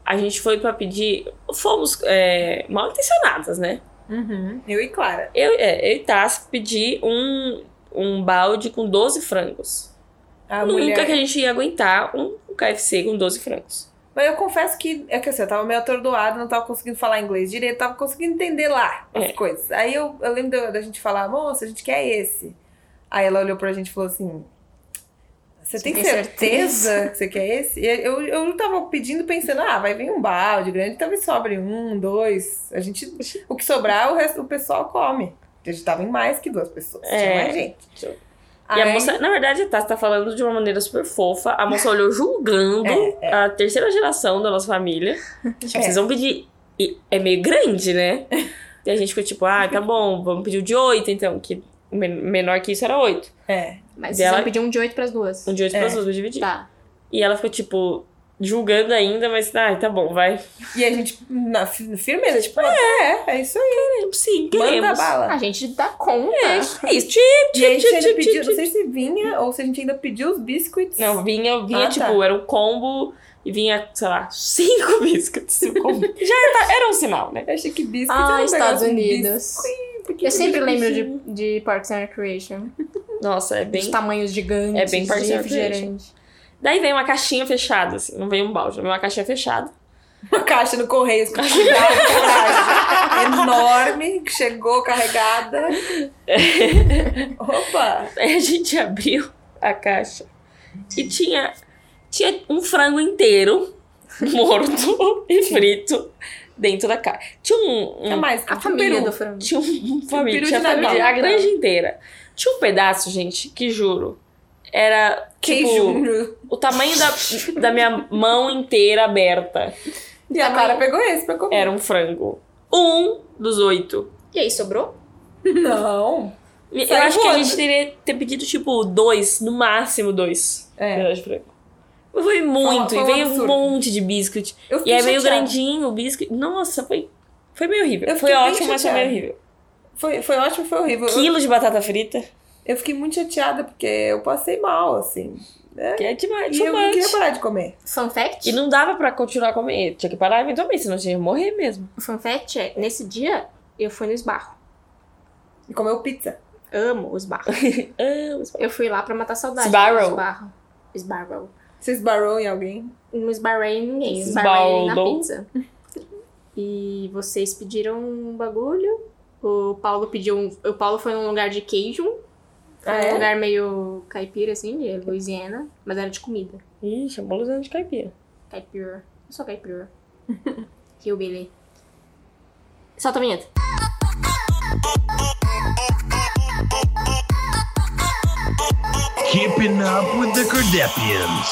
C: A gente foi pra pedir. Fomos é, mal intencionadas, né?
A: Uhum. Eu e Clara.
C: Eu, é, eu e Tassi pedi um, um balde com 12 frangos.
A: A
C: Nunca
A: mulher.
C: que a gente ia aguentar um KFC com 12 frangos.
A: Mas eu confesso que, é que assim, eu tava meio atordoada, não tava conseguindo falar inglês direito, tava conseguindo entender lá as
C: É.
A: coisas. Aí eu, eu lembro da- da gente falar, moça, a gente quer esse. Aí ela olhou pra gente e falou assim: Você tem
B: tem
A: certeza,
B: certeza?"
A: que você quer esse? E eu, eu tava pedindo, pensando, ah, vai vir um balde grande, talvez sobre um, dois. A gente. O que sobrar, o resto o pessoal come. A gente tava em mais que duas pessoas, tinha
C: É.
A: mais gente.
C: E E
A: Aí-
C: a moça, na verdade, a Tassi tá falando de uma maneira super fofa. A moça olhou julgando
A: É,
C: a terceira geração da nossa família. Tipo,
A: É.
C: vocês vão pedir. E é meio grande, né? E a gente ficou tipo, ah, tá bom, vamos pedir o de 8, então, que o men- menor que isso era 8.
A: É.
B: Mas
C: Dela-
B: vocês vão pedir um de oito pras duas.
C: Um de 8
A: É.
C: para as duas, vou dividir.
B: Tá.
C: E ela ficou tipo, julgando ainda, mas, ah, tá bom, vai.
A: E a gente, na fi- firmeza, tipo, é, é isso aí,
C: Sim,
A: manda
C: queremos.
A: bala.
B: A gente dá conta. Ah,
C: É, é isso. Tchip,
A: E aí a Ah,
C: tchip,
A: gente ainda
C: tchip, tchip,
A: pediu, não
C: tchip.
A: sei se vinha ou se a gente ainda pediu os biscuits.
C: Não, vinha, vinha
A: Ah,
C: tipo,
A: tá.
C: era um combo e vinha, sei lá, cinco biscuits. no combo. Já era, era um sinal, né?
A: Eu achei que biscuits era um
B: Ah,
A: negócio
B: Estados
A: de
B: Unidos.
A: biscuit, porque
B: Eu sempre
A: biscuit-
B: lembro de, de Parks and Recreation.
C: Nossa, é
B: Os
C: bem.
B: tamanhos gigantes
C: É bem Parks
B: de
C: and Recreation.
B: refrigerante.
C: Daí vem uma caixinha fechada, assim. Não veio um balde, veio uma caixinha fechada.
A: Uma caixa no correio, com cuidado, coragem. enorme, que chegou carregada. Opa!
C: Aí a gente abriu a caixa e tinha, tinha um frango inteiro, morto e frito, dentro da caixa. Tinha um. um-
A: É mais,
B: A família
A: peru.
B: do frango.
C: Tinha um família,
A: peru
C: tinha
A: de
C: família,
A: Natal.
C: a granja inteira. Tinha um pedaço, gente, que juro. Era
A: Quem
C: tipo
A: juro?
C: o tamanho da, da minha mão inteira aberta.
A: E a Clara pegou esse pra comer.
C: Era um frango. Um dos oito.
B: E aí, sobrou?
A: Não.
C: Eu
A: Saiu
C: acho que a
A: voando.
C: gente teria ter pedido, tipo, dois, no máximo dois.
A: É.
C: pedaços de frango. Mas Foi muito,
A: Foi um
C: e veio um
A: absurdo.
C: monte de biscuit.
A: Eu
C: E
A: fiquei
C: é meio
A: chateada.
C: grandinho o biscuit. Nossa, foi, foi meio horrível.
A: Eu
C: Foi
A: fiquei bem
C: ótimo, mas foi meio
A: chateada.
C: horrível.
A: Foi, foi ótimo, foi horrível. Eu,
C: Quilo de batata frita,
A: eu fiquei muito chateada porque eu passei mal, assim.
C: que é demais.
A: E
C: too
A: eu não
C: much.
A: queria parar de comer.
B: Fun fact?
C: E não dava pra continuar comendo. Tinha que parar eventualmente, senão tinha que morrer mesmo.
B: Fun fact é, nesse dia, eu fui no esbarro.
A: E comeu pizza.
B: Amo o esbarro.
C: Ah, mas-
B: Eu fui lá pra matar a saudade.
C: Sbarro.
B: Esbarro. Esbarro.
A: Você esbarrou em alguém?
B: Não esbarrei em ninguém. Esbarrei na
C: Esbaldou.
B: pizza. E vocês pediram um bagulho. O Paulo pediu um... O Paulo foi num lugar de queijo. Foi
A: Ah,
B: num
A: é?
B: lugar meio caipira, assim, de Louisiana. Mas era de comida.
C: Ih, chamou Luciano de caipira.
B: Caipira. Eu sou caipira. Rio Billy. Solta a vinheta.
D: Thank
E: Keeping up with the Cardapians.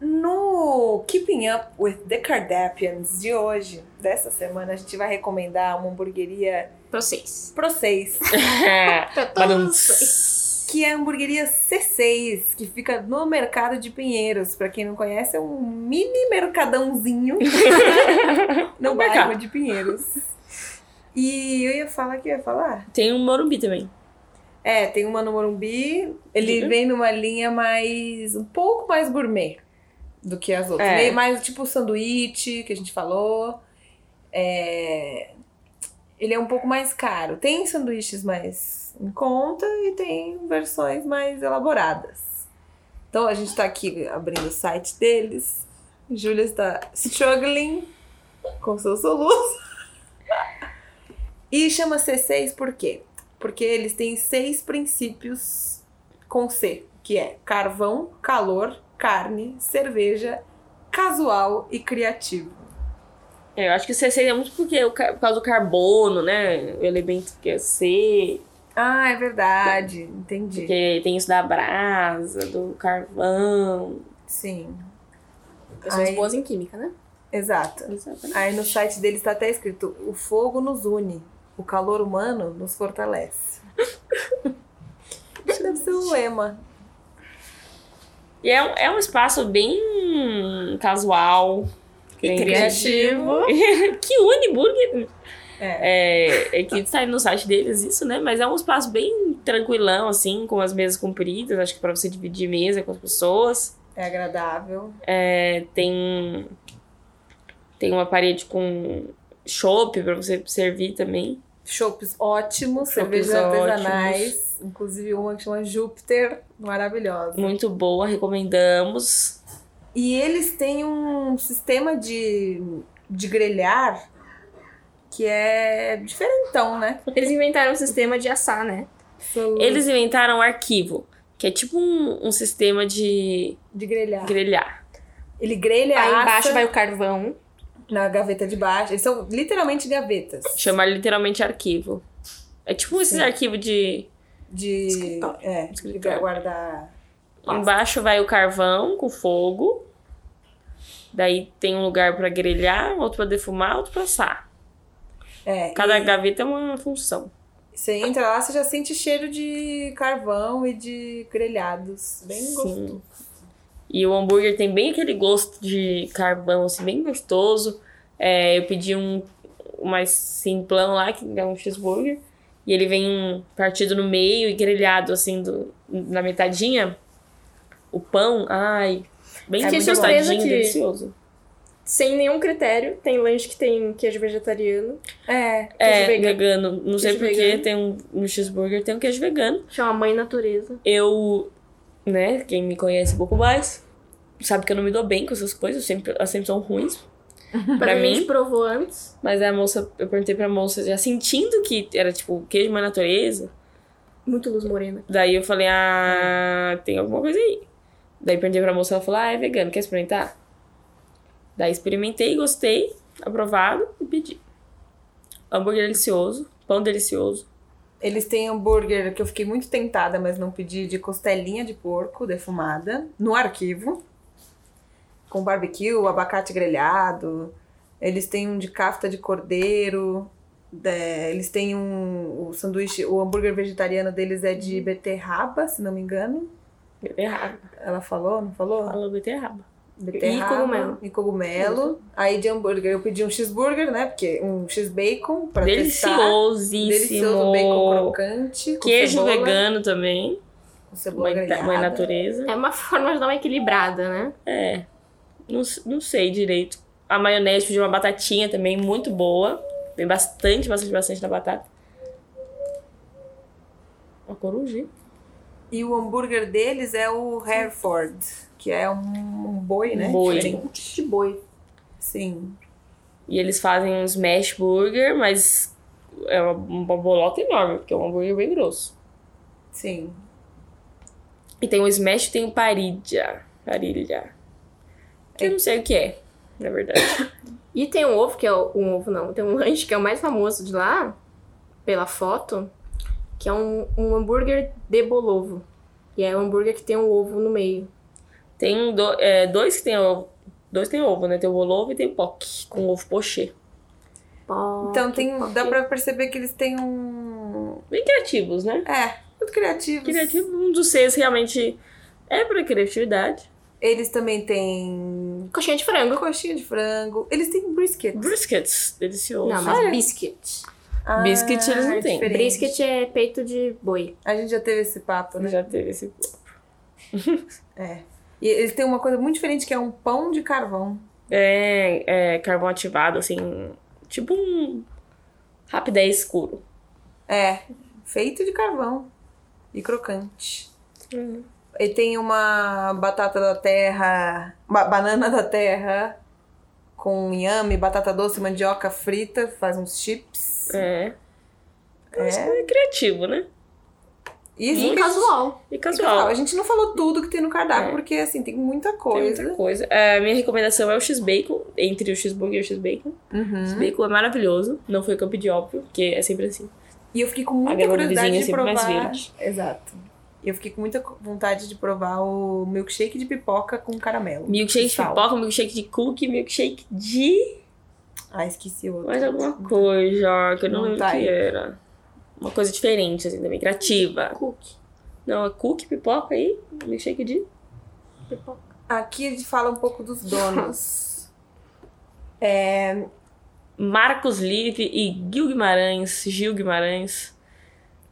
A: No Keeping Up with the Kardashians de hoje, dessa semana, a gente vai recomendar uma hamburgueria
B: Pra vocês.
A: pro 6, Tá
B: Pra todos vocês.
C: Badum.
A: que é a hamburgueria C6, que fica no mercado de Pinheiros. Pra quem não conhece, é um mini mercadãozinho no
C: Um
A: bairro
C: mercado.
A: de Pinheiros. E eu ia falar que eu ia falar.
C: Tem um Morumbi também.
A: É, tem uma no Morumbi. Ele
C: Uhum.
A: vem numa linha mais. um pouco mais gourmet do que as outras.
C: É.
A: Meio mais tipo sanduíche que a gente falou. É, Ele é um pouco mais caro. Tem sanduíches mais em conta e tem versões mais elaboradas. Então a gente tá aqui abrindo o site deles. Júlia está struggling com seu soluço. E chama C6 por quê? Porque eles têm seis princípios com C, que é carvão, calor, carne, cerveja, casual e criativo.
C: É, eu acho que C6 é muito porque, o ca- por causa do carbono, né? O elemento que é C,
A: Ah, é verdade. Entendi.
C: porque tem isso da brasa, do carvão.
A: Sim,
B: Pessoas
A: Ai.
B: boas em química, né?
A: exato. Aí no site deles tá até escrito: o fogo nos une, o calor humano nos fortalece. Deve ser o lema.
C: E é, um- é um espaço bem casual. bem que une burger.
A: É.
C: É, é que sai no site deles isso, né? Mas é um espaço bem tranquilão, assim, com as mesas compridas. Acho que pra você dividir mesa com as pessoas.
A: é agradável.
C: É, tem, tem uma parede com chopp pra você servir também.
A: Chopes ótimos,
C: Chopes
A: cervejas artesanais, inclusive uma que chama Júpiter, maravilhosa.
C: Muito boa, recomendamos.
A: E eles têm um sistema de, de grelhar que é diferentão, né?
B: Eles inventaram um sistema de assar, né?
C: Eles inventaram um arquivo, que é tipo um, um sistema de
A: de grelhar.
C: grelhar.
A: Ele grelha
B: Aí
A: assa
B: embaixo vai o carvão.
A: na gaveta de baixo. Eles são literalmente gavetas
C: Chamar literalmente arquivo. É tipo esses arquivos de.
A: de
B: Escritório.
A: é, de
C: Escritório.
A: guardar.
B: Nossa.
C: Embaixo vai o carvão com fogo. Daí tem um lugar pra grelhar, outro pra defumar, outro pra assar.
A: É,
C: Cada gaveta é uma função.
A: você entra lá, você já sente cheiro de carvão e de grelhados. Bem
C: Sim.
A: gostoso.
C: E o hambúrguer tem bem aquele gosto de carvão, assim, bem gostoso. É, eu pedi um um mais simplão lá, que é um cheeseburger. E ele vem um partido no meio e grelhado, assim, do, na metadinha. O pão, ai, bem
B: É muito bom.
C: tostadinho,
B: Que-
C: delicioso.
B: Sem nenhum critério. Tem lanche que tem queijo vegetariano.
A: É,
C: É,
B: vegano.
C: vegano. Não sei
B: Queijo
C: porquê,
B: vegano.
C: tem um, no cheeseburger tem um queijo vegano.
B: Chama Mãe Natureza.
C: Eu, né, quem me conhece um pouco mais, sabe que eu não me dou bem com essas coisas, eu sempre, elas sempre são ruins pra
B: Provavelmente
C: mim.
B: provou antes.
C: Mas a moça, eu perguntei pra moça, já sentindo que era tipo queijo mais natureza,
B: Muito luz morena.
C: daí eu falei, ah, tem alguma coisa aí. Daí perguntei pra moça, ela falou, ah, é vegano, quer experimentar? Daí experimentei, gostei, aprovado e pedi. Hambúrguer delicioso, pão delicioso.
A: Eles têm hambúrguer que eu fiquei muito tentada, mas não pedi, de costelinha de porco defumada, no arquivo. Com barbecue, abacate grelhado. Eles têm um de cafta de cordeiro. é, eles têm um. O sanduíche, o hambúrguer vegetariano deles é de beterraba, se não me engano.
C: Beterraba.
A: Ela falou, não falou?
C: Falou beterraba.
A: Beterraba
B: E cogumelo.
A: E cogumelo. Aí de hambúrguer eu pedi um cheeseburger, né? Porque um cheesebacon pra testar.
C: Deliciosíssimo.
A: Delicioso bacon crocante. com
C: Queijo
A: cebola.
C: vegano também.
A: Com cebola
C: Mãe,
A: grelhada.
C: mãe natureza.
B: É uma forma de dar uma equilibrada, né?
C: É. Não, s- não sei direito. A maionese pedi uma batatinha também, muito boa. Tem bastante, bastante, bastante na batata. Uma corujinha.
A: E o hambúrguer deles é o Hereford, que é um, um boi, né?
C: Boi.
A: Diferente.
B: De boi.
A: Sim.
C: E eles fazem um smash burger, mas é uma, uma bolota enorme, porque é um hambúrguer bem grosso.
A: Sim.
C: E tem o smash e tem o parilha. Parilha. Que eu não sei o que é, na verdade.
B: E tem um ovo, que é o, um ovo não. Tem um lanche que é o mais famoso de lá, pela foto, que é um, um hambúrguer de bolovo. E é o hambúrguer que tem um ovo no meio.
C: Tem do- é, dois que tem ovo. Dois tem ovo, né? Tem o bolovo e tem o poc, com ovo pochê.
B: Pó,
A: Então
B: que
A: tem,
B: pó,
A: dá
B: que-
A: pra perceber que eles têm um.
C: Bem criativos, né?
A: É, muito criativos.
C: Criativo, um dos seis realmente é pra criatividade.
A: Eles também têm
B: Coxinha de frango.
A: coxinha de frango. Eles têm brisket.
C: Briskets, delicioso.
B: Não, mas biscuit.
A: Ah,
C: Biscuit eles não
A: é
C: têm.
A: diferente.
B: Brisket é peito de boi.
A: A gente já teve esse papo, né?
C: Já teve esse.
A: É. E eles têm uma coisa muito diferente que é um pão de carvão.
C: É, é carvão ativado, assim. Tipo um. Rapidez escuro.
A: É, feito de carvão e crocante.
C: Uhum.
A: E tem uma batata da terra, ba- banana da terra com inhame, batata doce, mandioca frita, faz uns chips.
C: É. Eu acho que
A: É.
C: é criativo, né?
A: E, assim,
B: E
A: que a gente-
B: casual.
C: E
A: que casual.
C: casual.
A: A gente não falou tudo que tem no cardápio,
C: É.
A: porque assim, tem muita
C: Tem
A: coisa.
C: muita coisa. É, minha recomendação é o X-Bacon, entre o X-Burger e o X-Bacon.
A: Uhum.
C: X-Bacon é maravilhoso. Não foi o que eu pedi, óbvio, porque é sempre assim.
A: E eu fiquei com
C: A
A: muita
C: grama do
A: curiosidade
C: vizinho é
A: de
C: sempre
A: provar.
C: mais verde.
A: Exato. E eu fiquei com muita co- vontade de provar o milkshake de pipoca com caramelo.
C: Milkshake de
A: Sal.
C: pipoca, milkshake de cookie, milkshake de.
A: Ah, esqueci o outro.
C: Mais alguma coisa que eu não
A: Não
C: lembro
A: tá aí.
C: que era. Uma coisa diferente, assim, também, criativa.
B: Cookie.
C: Não, é cookie, pipoca e milkshake de.
B: Pipoca.
A: Aqui ele fala um pouco dos donos.
C: Marcos Live e Gil Guimarães, Gil Guimarães,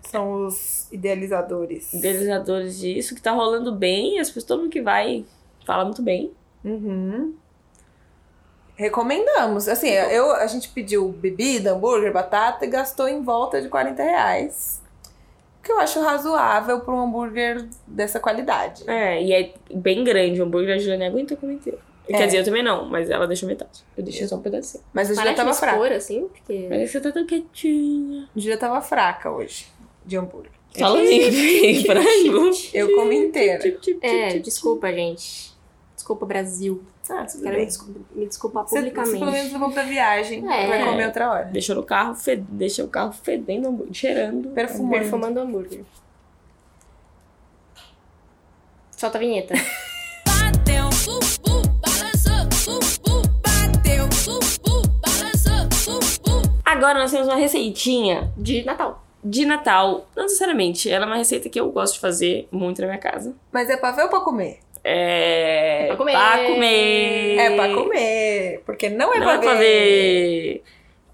A: São os idealizadores.
C: idealizadores disso, que tá rolando bem, as pessoas, todo mundo que vai fala muito bem.
A: Uhum. Recomendamos. Assim, eu, a gente pediu bebida, hambúrguer, batata e gastou em volta de 40 reais. O que eu acho razoável para um hambúrguer dessa qualidade.
C: É, e é bem grande, o hambúrguer da Juliana aguenta como inteiro.
A: É.
C: Quer dizer, eu também não, mas ela deixou metade. Eu deixei só um pedacinho.
A: Mas a Julia
B: Parece
A: tava
B: uma
A: fraca.
B: cor, assim, porque...
C: Mas você tá tão quietinha.
A: A Julia tava fraca hoje de hambúrguer.
C: Falando em frango.
A: É Eu comi inteira.
B: É, desculpa, gente. Desculpa, Brasil.
A: Ah, tudo
B: Quero me
A: bem.
B: desculpar, me desculpar
A: Você, você
B: publicamente.
A: pelo menos levou pra viagem.
B: É.
A: Vai comer outra hora.
C: Deixou no carro, fe... deixou o carro fedendo, hambúrguer, cheirando.
A: Perfumando.
B: Perfumando hambúrguer. Solta a vinheta.
D: Bateu, bu, bu, balançou, bu, bu, bateu, bu, bu, balançou, bu, bu.
C: Agora nós temos uma receitinha
B: De Natal.
C: de Natal. Não necessariamente, ela é uma receita que eu gosto de fazer muito na minha casa.
A: Mas é pra ver ou pra comer?
C: É.
B: É pra comer.
C: Pra comer.
A: É pra comer. Porque não é,
C: Não
A: pra,
C: é pra
A: ver.
C: ver.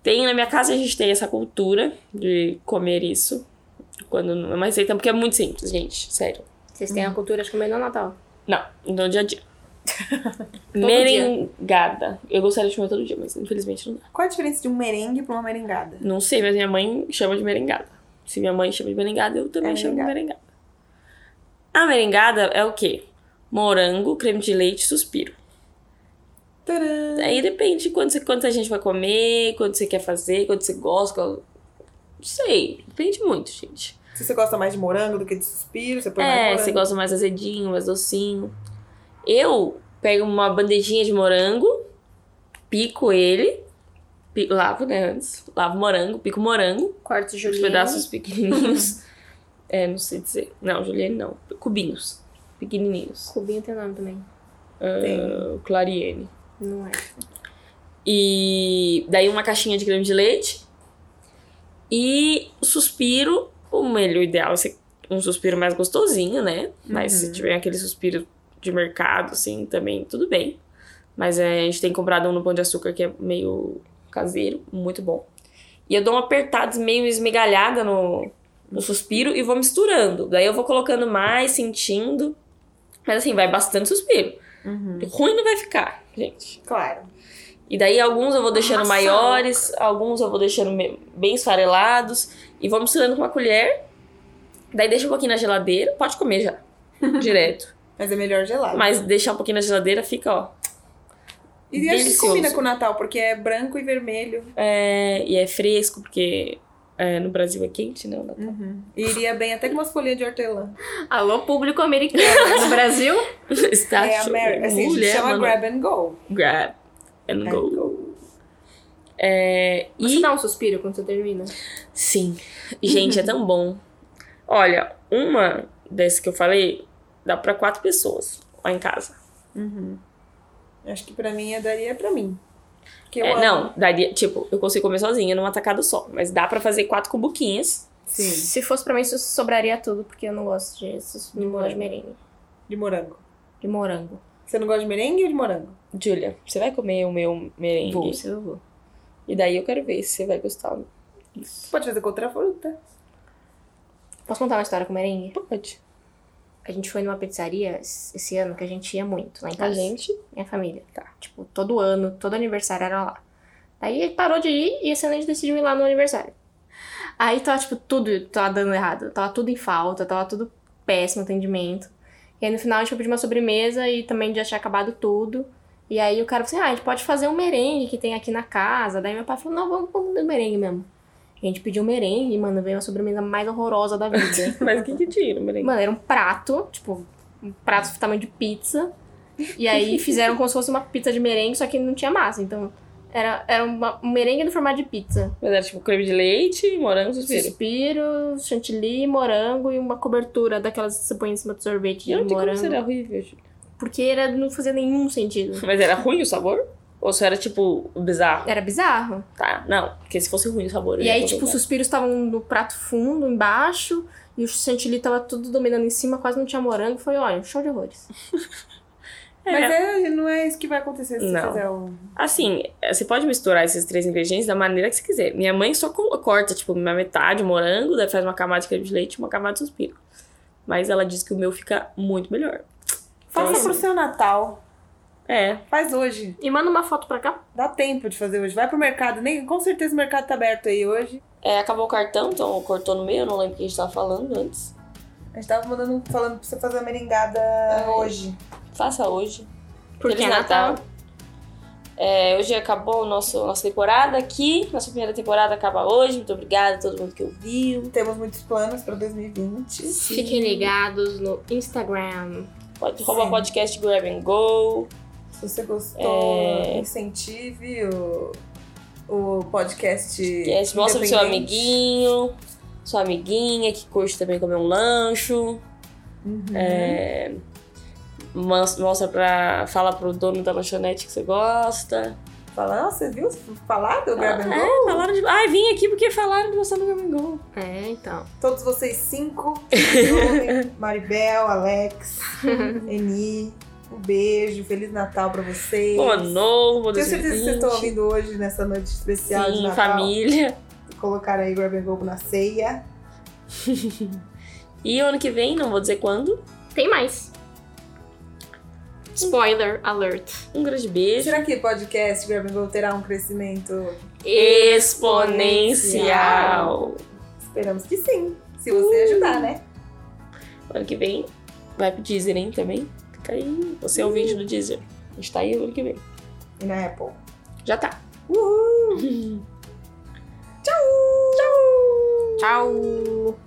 C: Tem, na minha casa a gente tem essa cultura de comer isso. Quando não é uma receita, porque é muito simples, gente. Sério.
B: Vocês têm a cultura de comer no Natal.
C: Não, no dia a dia. Merengada. Eu gostaria de comer todo dia, mas infelizmente não dá.
A: Qual a diferença de um merengue pra uma merengada?
C: Não sei, mas minha mãe chama de merengada. Se minha mãe chama de merengada, eu também
A: É
C: chamo
A: merengada.
C: de merengada. A merengada é o quê? Morango, creme de leite e suspiro.
A: Tcharam!
C: Aí depende de quanto, você, quanto a gente vai comer, quanto você quer fazer, quanto você gosta. qual- Não sei, depende muito, gente.
A: Se você gosta mais de morango do que de suspiro, você põe mais
C: é,
A: morango.
C: você gosta mais azedinho, mais docinho. Eu pego uma bandejinha de morango, pico ele, pi- lavo, né, antes. Lavo morango, pico morango,
B: Corte de
C: os
B: Juliana.
C: pedaços pequenininhos. é, não sei dizer. Não, julienne não. Cubinhos. Pequenininhos.
B: Cubinho tem nome também.
A: Tem.
C: Ah, clariene.
B: Não é.
C: E daí uma caixinha de creme de leite. E suspiro, o melhor ideal é ser um suspiro mais gostosinho, né? Mas se tiver aquele suspiro de mercado, assim, também tudo bem. Mas é, a gente tem comprado um no Pão de Açúcar que é meio caseiro, muito bom. E eu dou uma apertada, meio esmigalhada no, no suspiro e vou misturando. Daí eu vou colocando mais, sentindo. Mas assim, vai bastante suspiro.
A: Uhum.
C: Ruim não vai ficar, gente.
A: Claro.
C: E daí alguns eu vou deixando
B: Nossa.
C: maiores, alguns eu vou deixando me- bem esfarelados e vou misturando com uma colher. Daí deixa um pouquinho na geladeira, pode comer já, direto.
A: Mas é melhor gelado.
C: Mas deixar um pouquinho na geladeira fica, ó.
A: E acho que
C: delicioso.
A: combina com o Natal, porque é branco e vermelho.
C: É, e é fresco, porque é, no Brasil é quente, né? o Natal.
A: E iria bem até com umas folhinhas de hortelã.
B: Alô, público americano. No Brasil,
C: Está
A: é
C: chovendo.
A: Ameri- Assim, a gente
C: Mulher,
A: chama
C: mano.
A: grab and go.
C: Grab and
A: Grab
C: go.
A: and go.
C: É,
B: você
C: e
B: dá um suspiro quando você termina.
C: Sim. Gente, é tão bom. Olha, uma dessas que eu falei dá pra quatro pessoas lá em casa.
A: Acho que pra mim, a daria pra mim. Que eu
C: É,
A: amo.
C: não, daria, tipo, eu consigo comer sozinha numa tacada só, mas dá pra fazer quatro cubuquinhas.
A: Sim,
B: Se fosse pra mim, isso sobraria tudo, porque eu não gosto de, de morango de merengue.
A: de morango.
B: De morango.
A: Você não gosta de merengue ou de morango?
C: Julia, você vai comer o meu merengue?
B: Vou, se eu vou.
C: E daí eu quero ver se você vai gostar. ou não.
A: Você pode fazer com outra fruta.
B: Posso contar uma história com merengue?
C: Pode.
B: A gente foi numa pizzaria es- esse ano que a gente ia muito lá em
C: A
B: casa.
C: gente
B: Minha família. Tá. Tipo, todo ano, todo aniversário era lá. Daí ele parou de ir e esse ano a gente decidiu ir lá no aniversário. Aí tava, tipo, tudo tava dando errado. Tava tudo em falta, tava tudo péssimo atendimento. E aí no final a gente foi pedir uma sobremesa e também já tinha acabado tudo. E aí o cara falou assim: ah, a gente pode fazer um merengue que tem aqui na casa. Daí meu pai falou: não, vamos comer merengue mesmo. E a gente pediu um merengue e, mano, veio uma sobremesa mais horrorosa da vida.
C: Mas o que que tinha no merengue?
B: Mano, era um prato, tipo, um prato do tamanho de pizza. E aí fizeram como se fosse uma pizza de merengue, só que não tinha massa. Então, era, era uma- um merengue no formato de pizza.
C: Mas era tipo creme de leite, morango, suspiro.
B: Suspiro, chantilly, morango e uma cobertura daquelas que você põe em cima do sorvete
C: Eu não
B: de
C: tem como
B: morango.
C: ser horrível, Júlia.
B: Porque era, não fazia nenhum sentido.
C: Mas era ruim o sabor? Ou só era tipo bizarro?
B: Era bizarro.
C: Tá, não, porque se fosse ruim o sabor. eu
B: E
C: ia
B: aí,
C: colocar.
B: tipo, os suspiros estavam no prato fundo, embaixo, e o chantilly tava tudo dominando em cima, quase não tinha morango. Foi, olha, um show de horrores.
A: Mas é, não é isso que vai acontecer se você
C: Não.
A: fizer um o...
C: Assim, eh, você pode misturar esses três ingredientes da maneira que você quiser. Minha mãe só co- corta, tipo, uma metade o morango, daí faz uma camada de creme de leite e uma camada de suspiro. Mas ela diz que o meu fica muito melhor.
A: Faça
C: Então,
A: pro seu Natal.
C: É,
A: assim, Faz hoje.
B: E manda uma foto pra cá.
A: Dá tempo de fazer hoje. Vai pro mercado. Nem, com certeza o mercado tá aberto aí hoje.
C: É, acabou o cartão, então cortou no meio, eu não lembro o que a gente tava falando antes.
A: A gente tava mandando, falando pra você fazer a merengada hoje.
C: Faça hoje.
B: Porque
C: Feliz
B: é Natal.
C: É, hoje acabou o nosso, nossa temporada aqui. Nossa primeira temporada acaba hoje. Muito obrigada a todo mundo que ouviu.
A: Temos muitos planos pra 2020.
B: Fiquem ligados no Instagram.
C: Pode,
A: Sim.
C: rouba podcast Grab and Go.
A: Se você gostou, incentive o, o podcast.
C: Yes, mostra pro seu
A: independente.
C: amiguinho, sua amiguinha que curte também comer um lancho.
A: Uhum.
C: É, mos- mostra pra. Fala pro dono da lanchonete que você gosta.
A: Fala, "Ah, você viu falar do Grab and
C: Ah,
A: Go?
C: é, falaram de. Ai, vim aqui porque falaram de você no Grab and Go.
B: É, então.
A: Todos vocês cinco. Jovem, Maribel, Alex, Eni. Um beijo, Feliz Natal pra vocês.
C: Bom ano novo,
A: Tenho certeza que vocês estão
C: 2020.
A: ouvindo hoje, nessa noite especial de
C: Sim,
A: Natal.
C: família.
A: Colocaram aí Grab and Go na ceia.
C: E ano que vem, não vou dizer quando.
B: Tem mais. Spoiler alert.
C: Um grande beijo.
A: Será que podcast Grab and Go terá um crescimento
C: Exponencial.
A: Esperamos que sim. Se
C: Uh.
A: você ajudar, né?
C: Ano que vem vai pro Deezer, hein, também. Fica aí. Você é ouvinte do Deezer. A gente tá aí ano que vem.
A: E na Apple.
C: Já tá.
A: Uhul!
B: Tchau.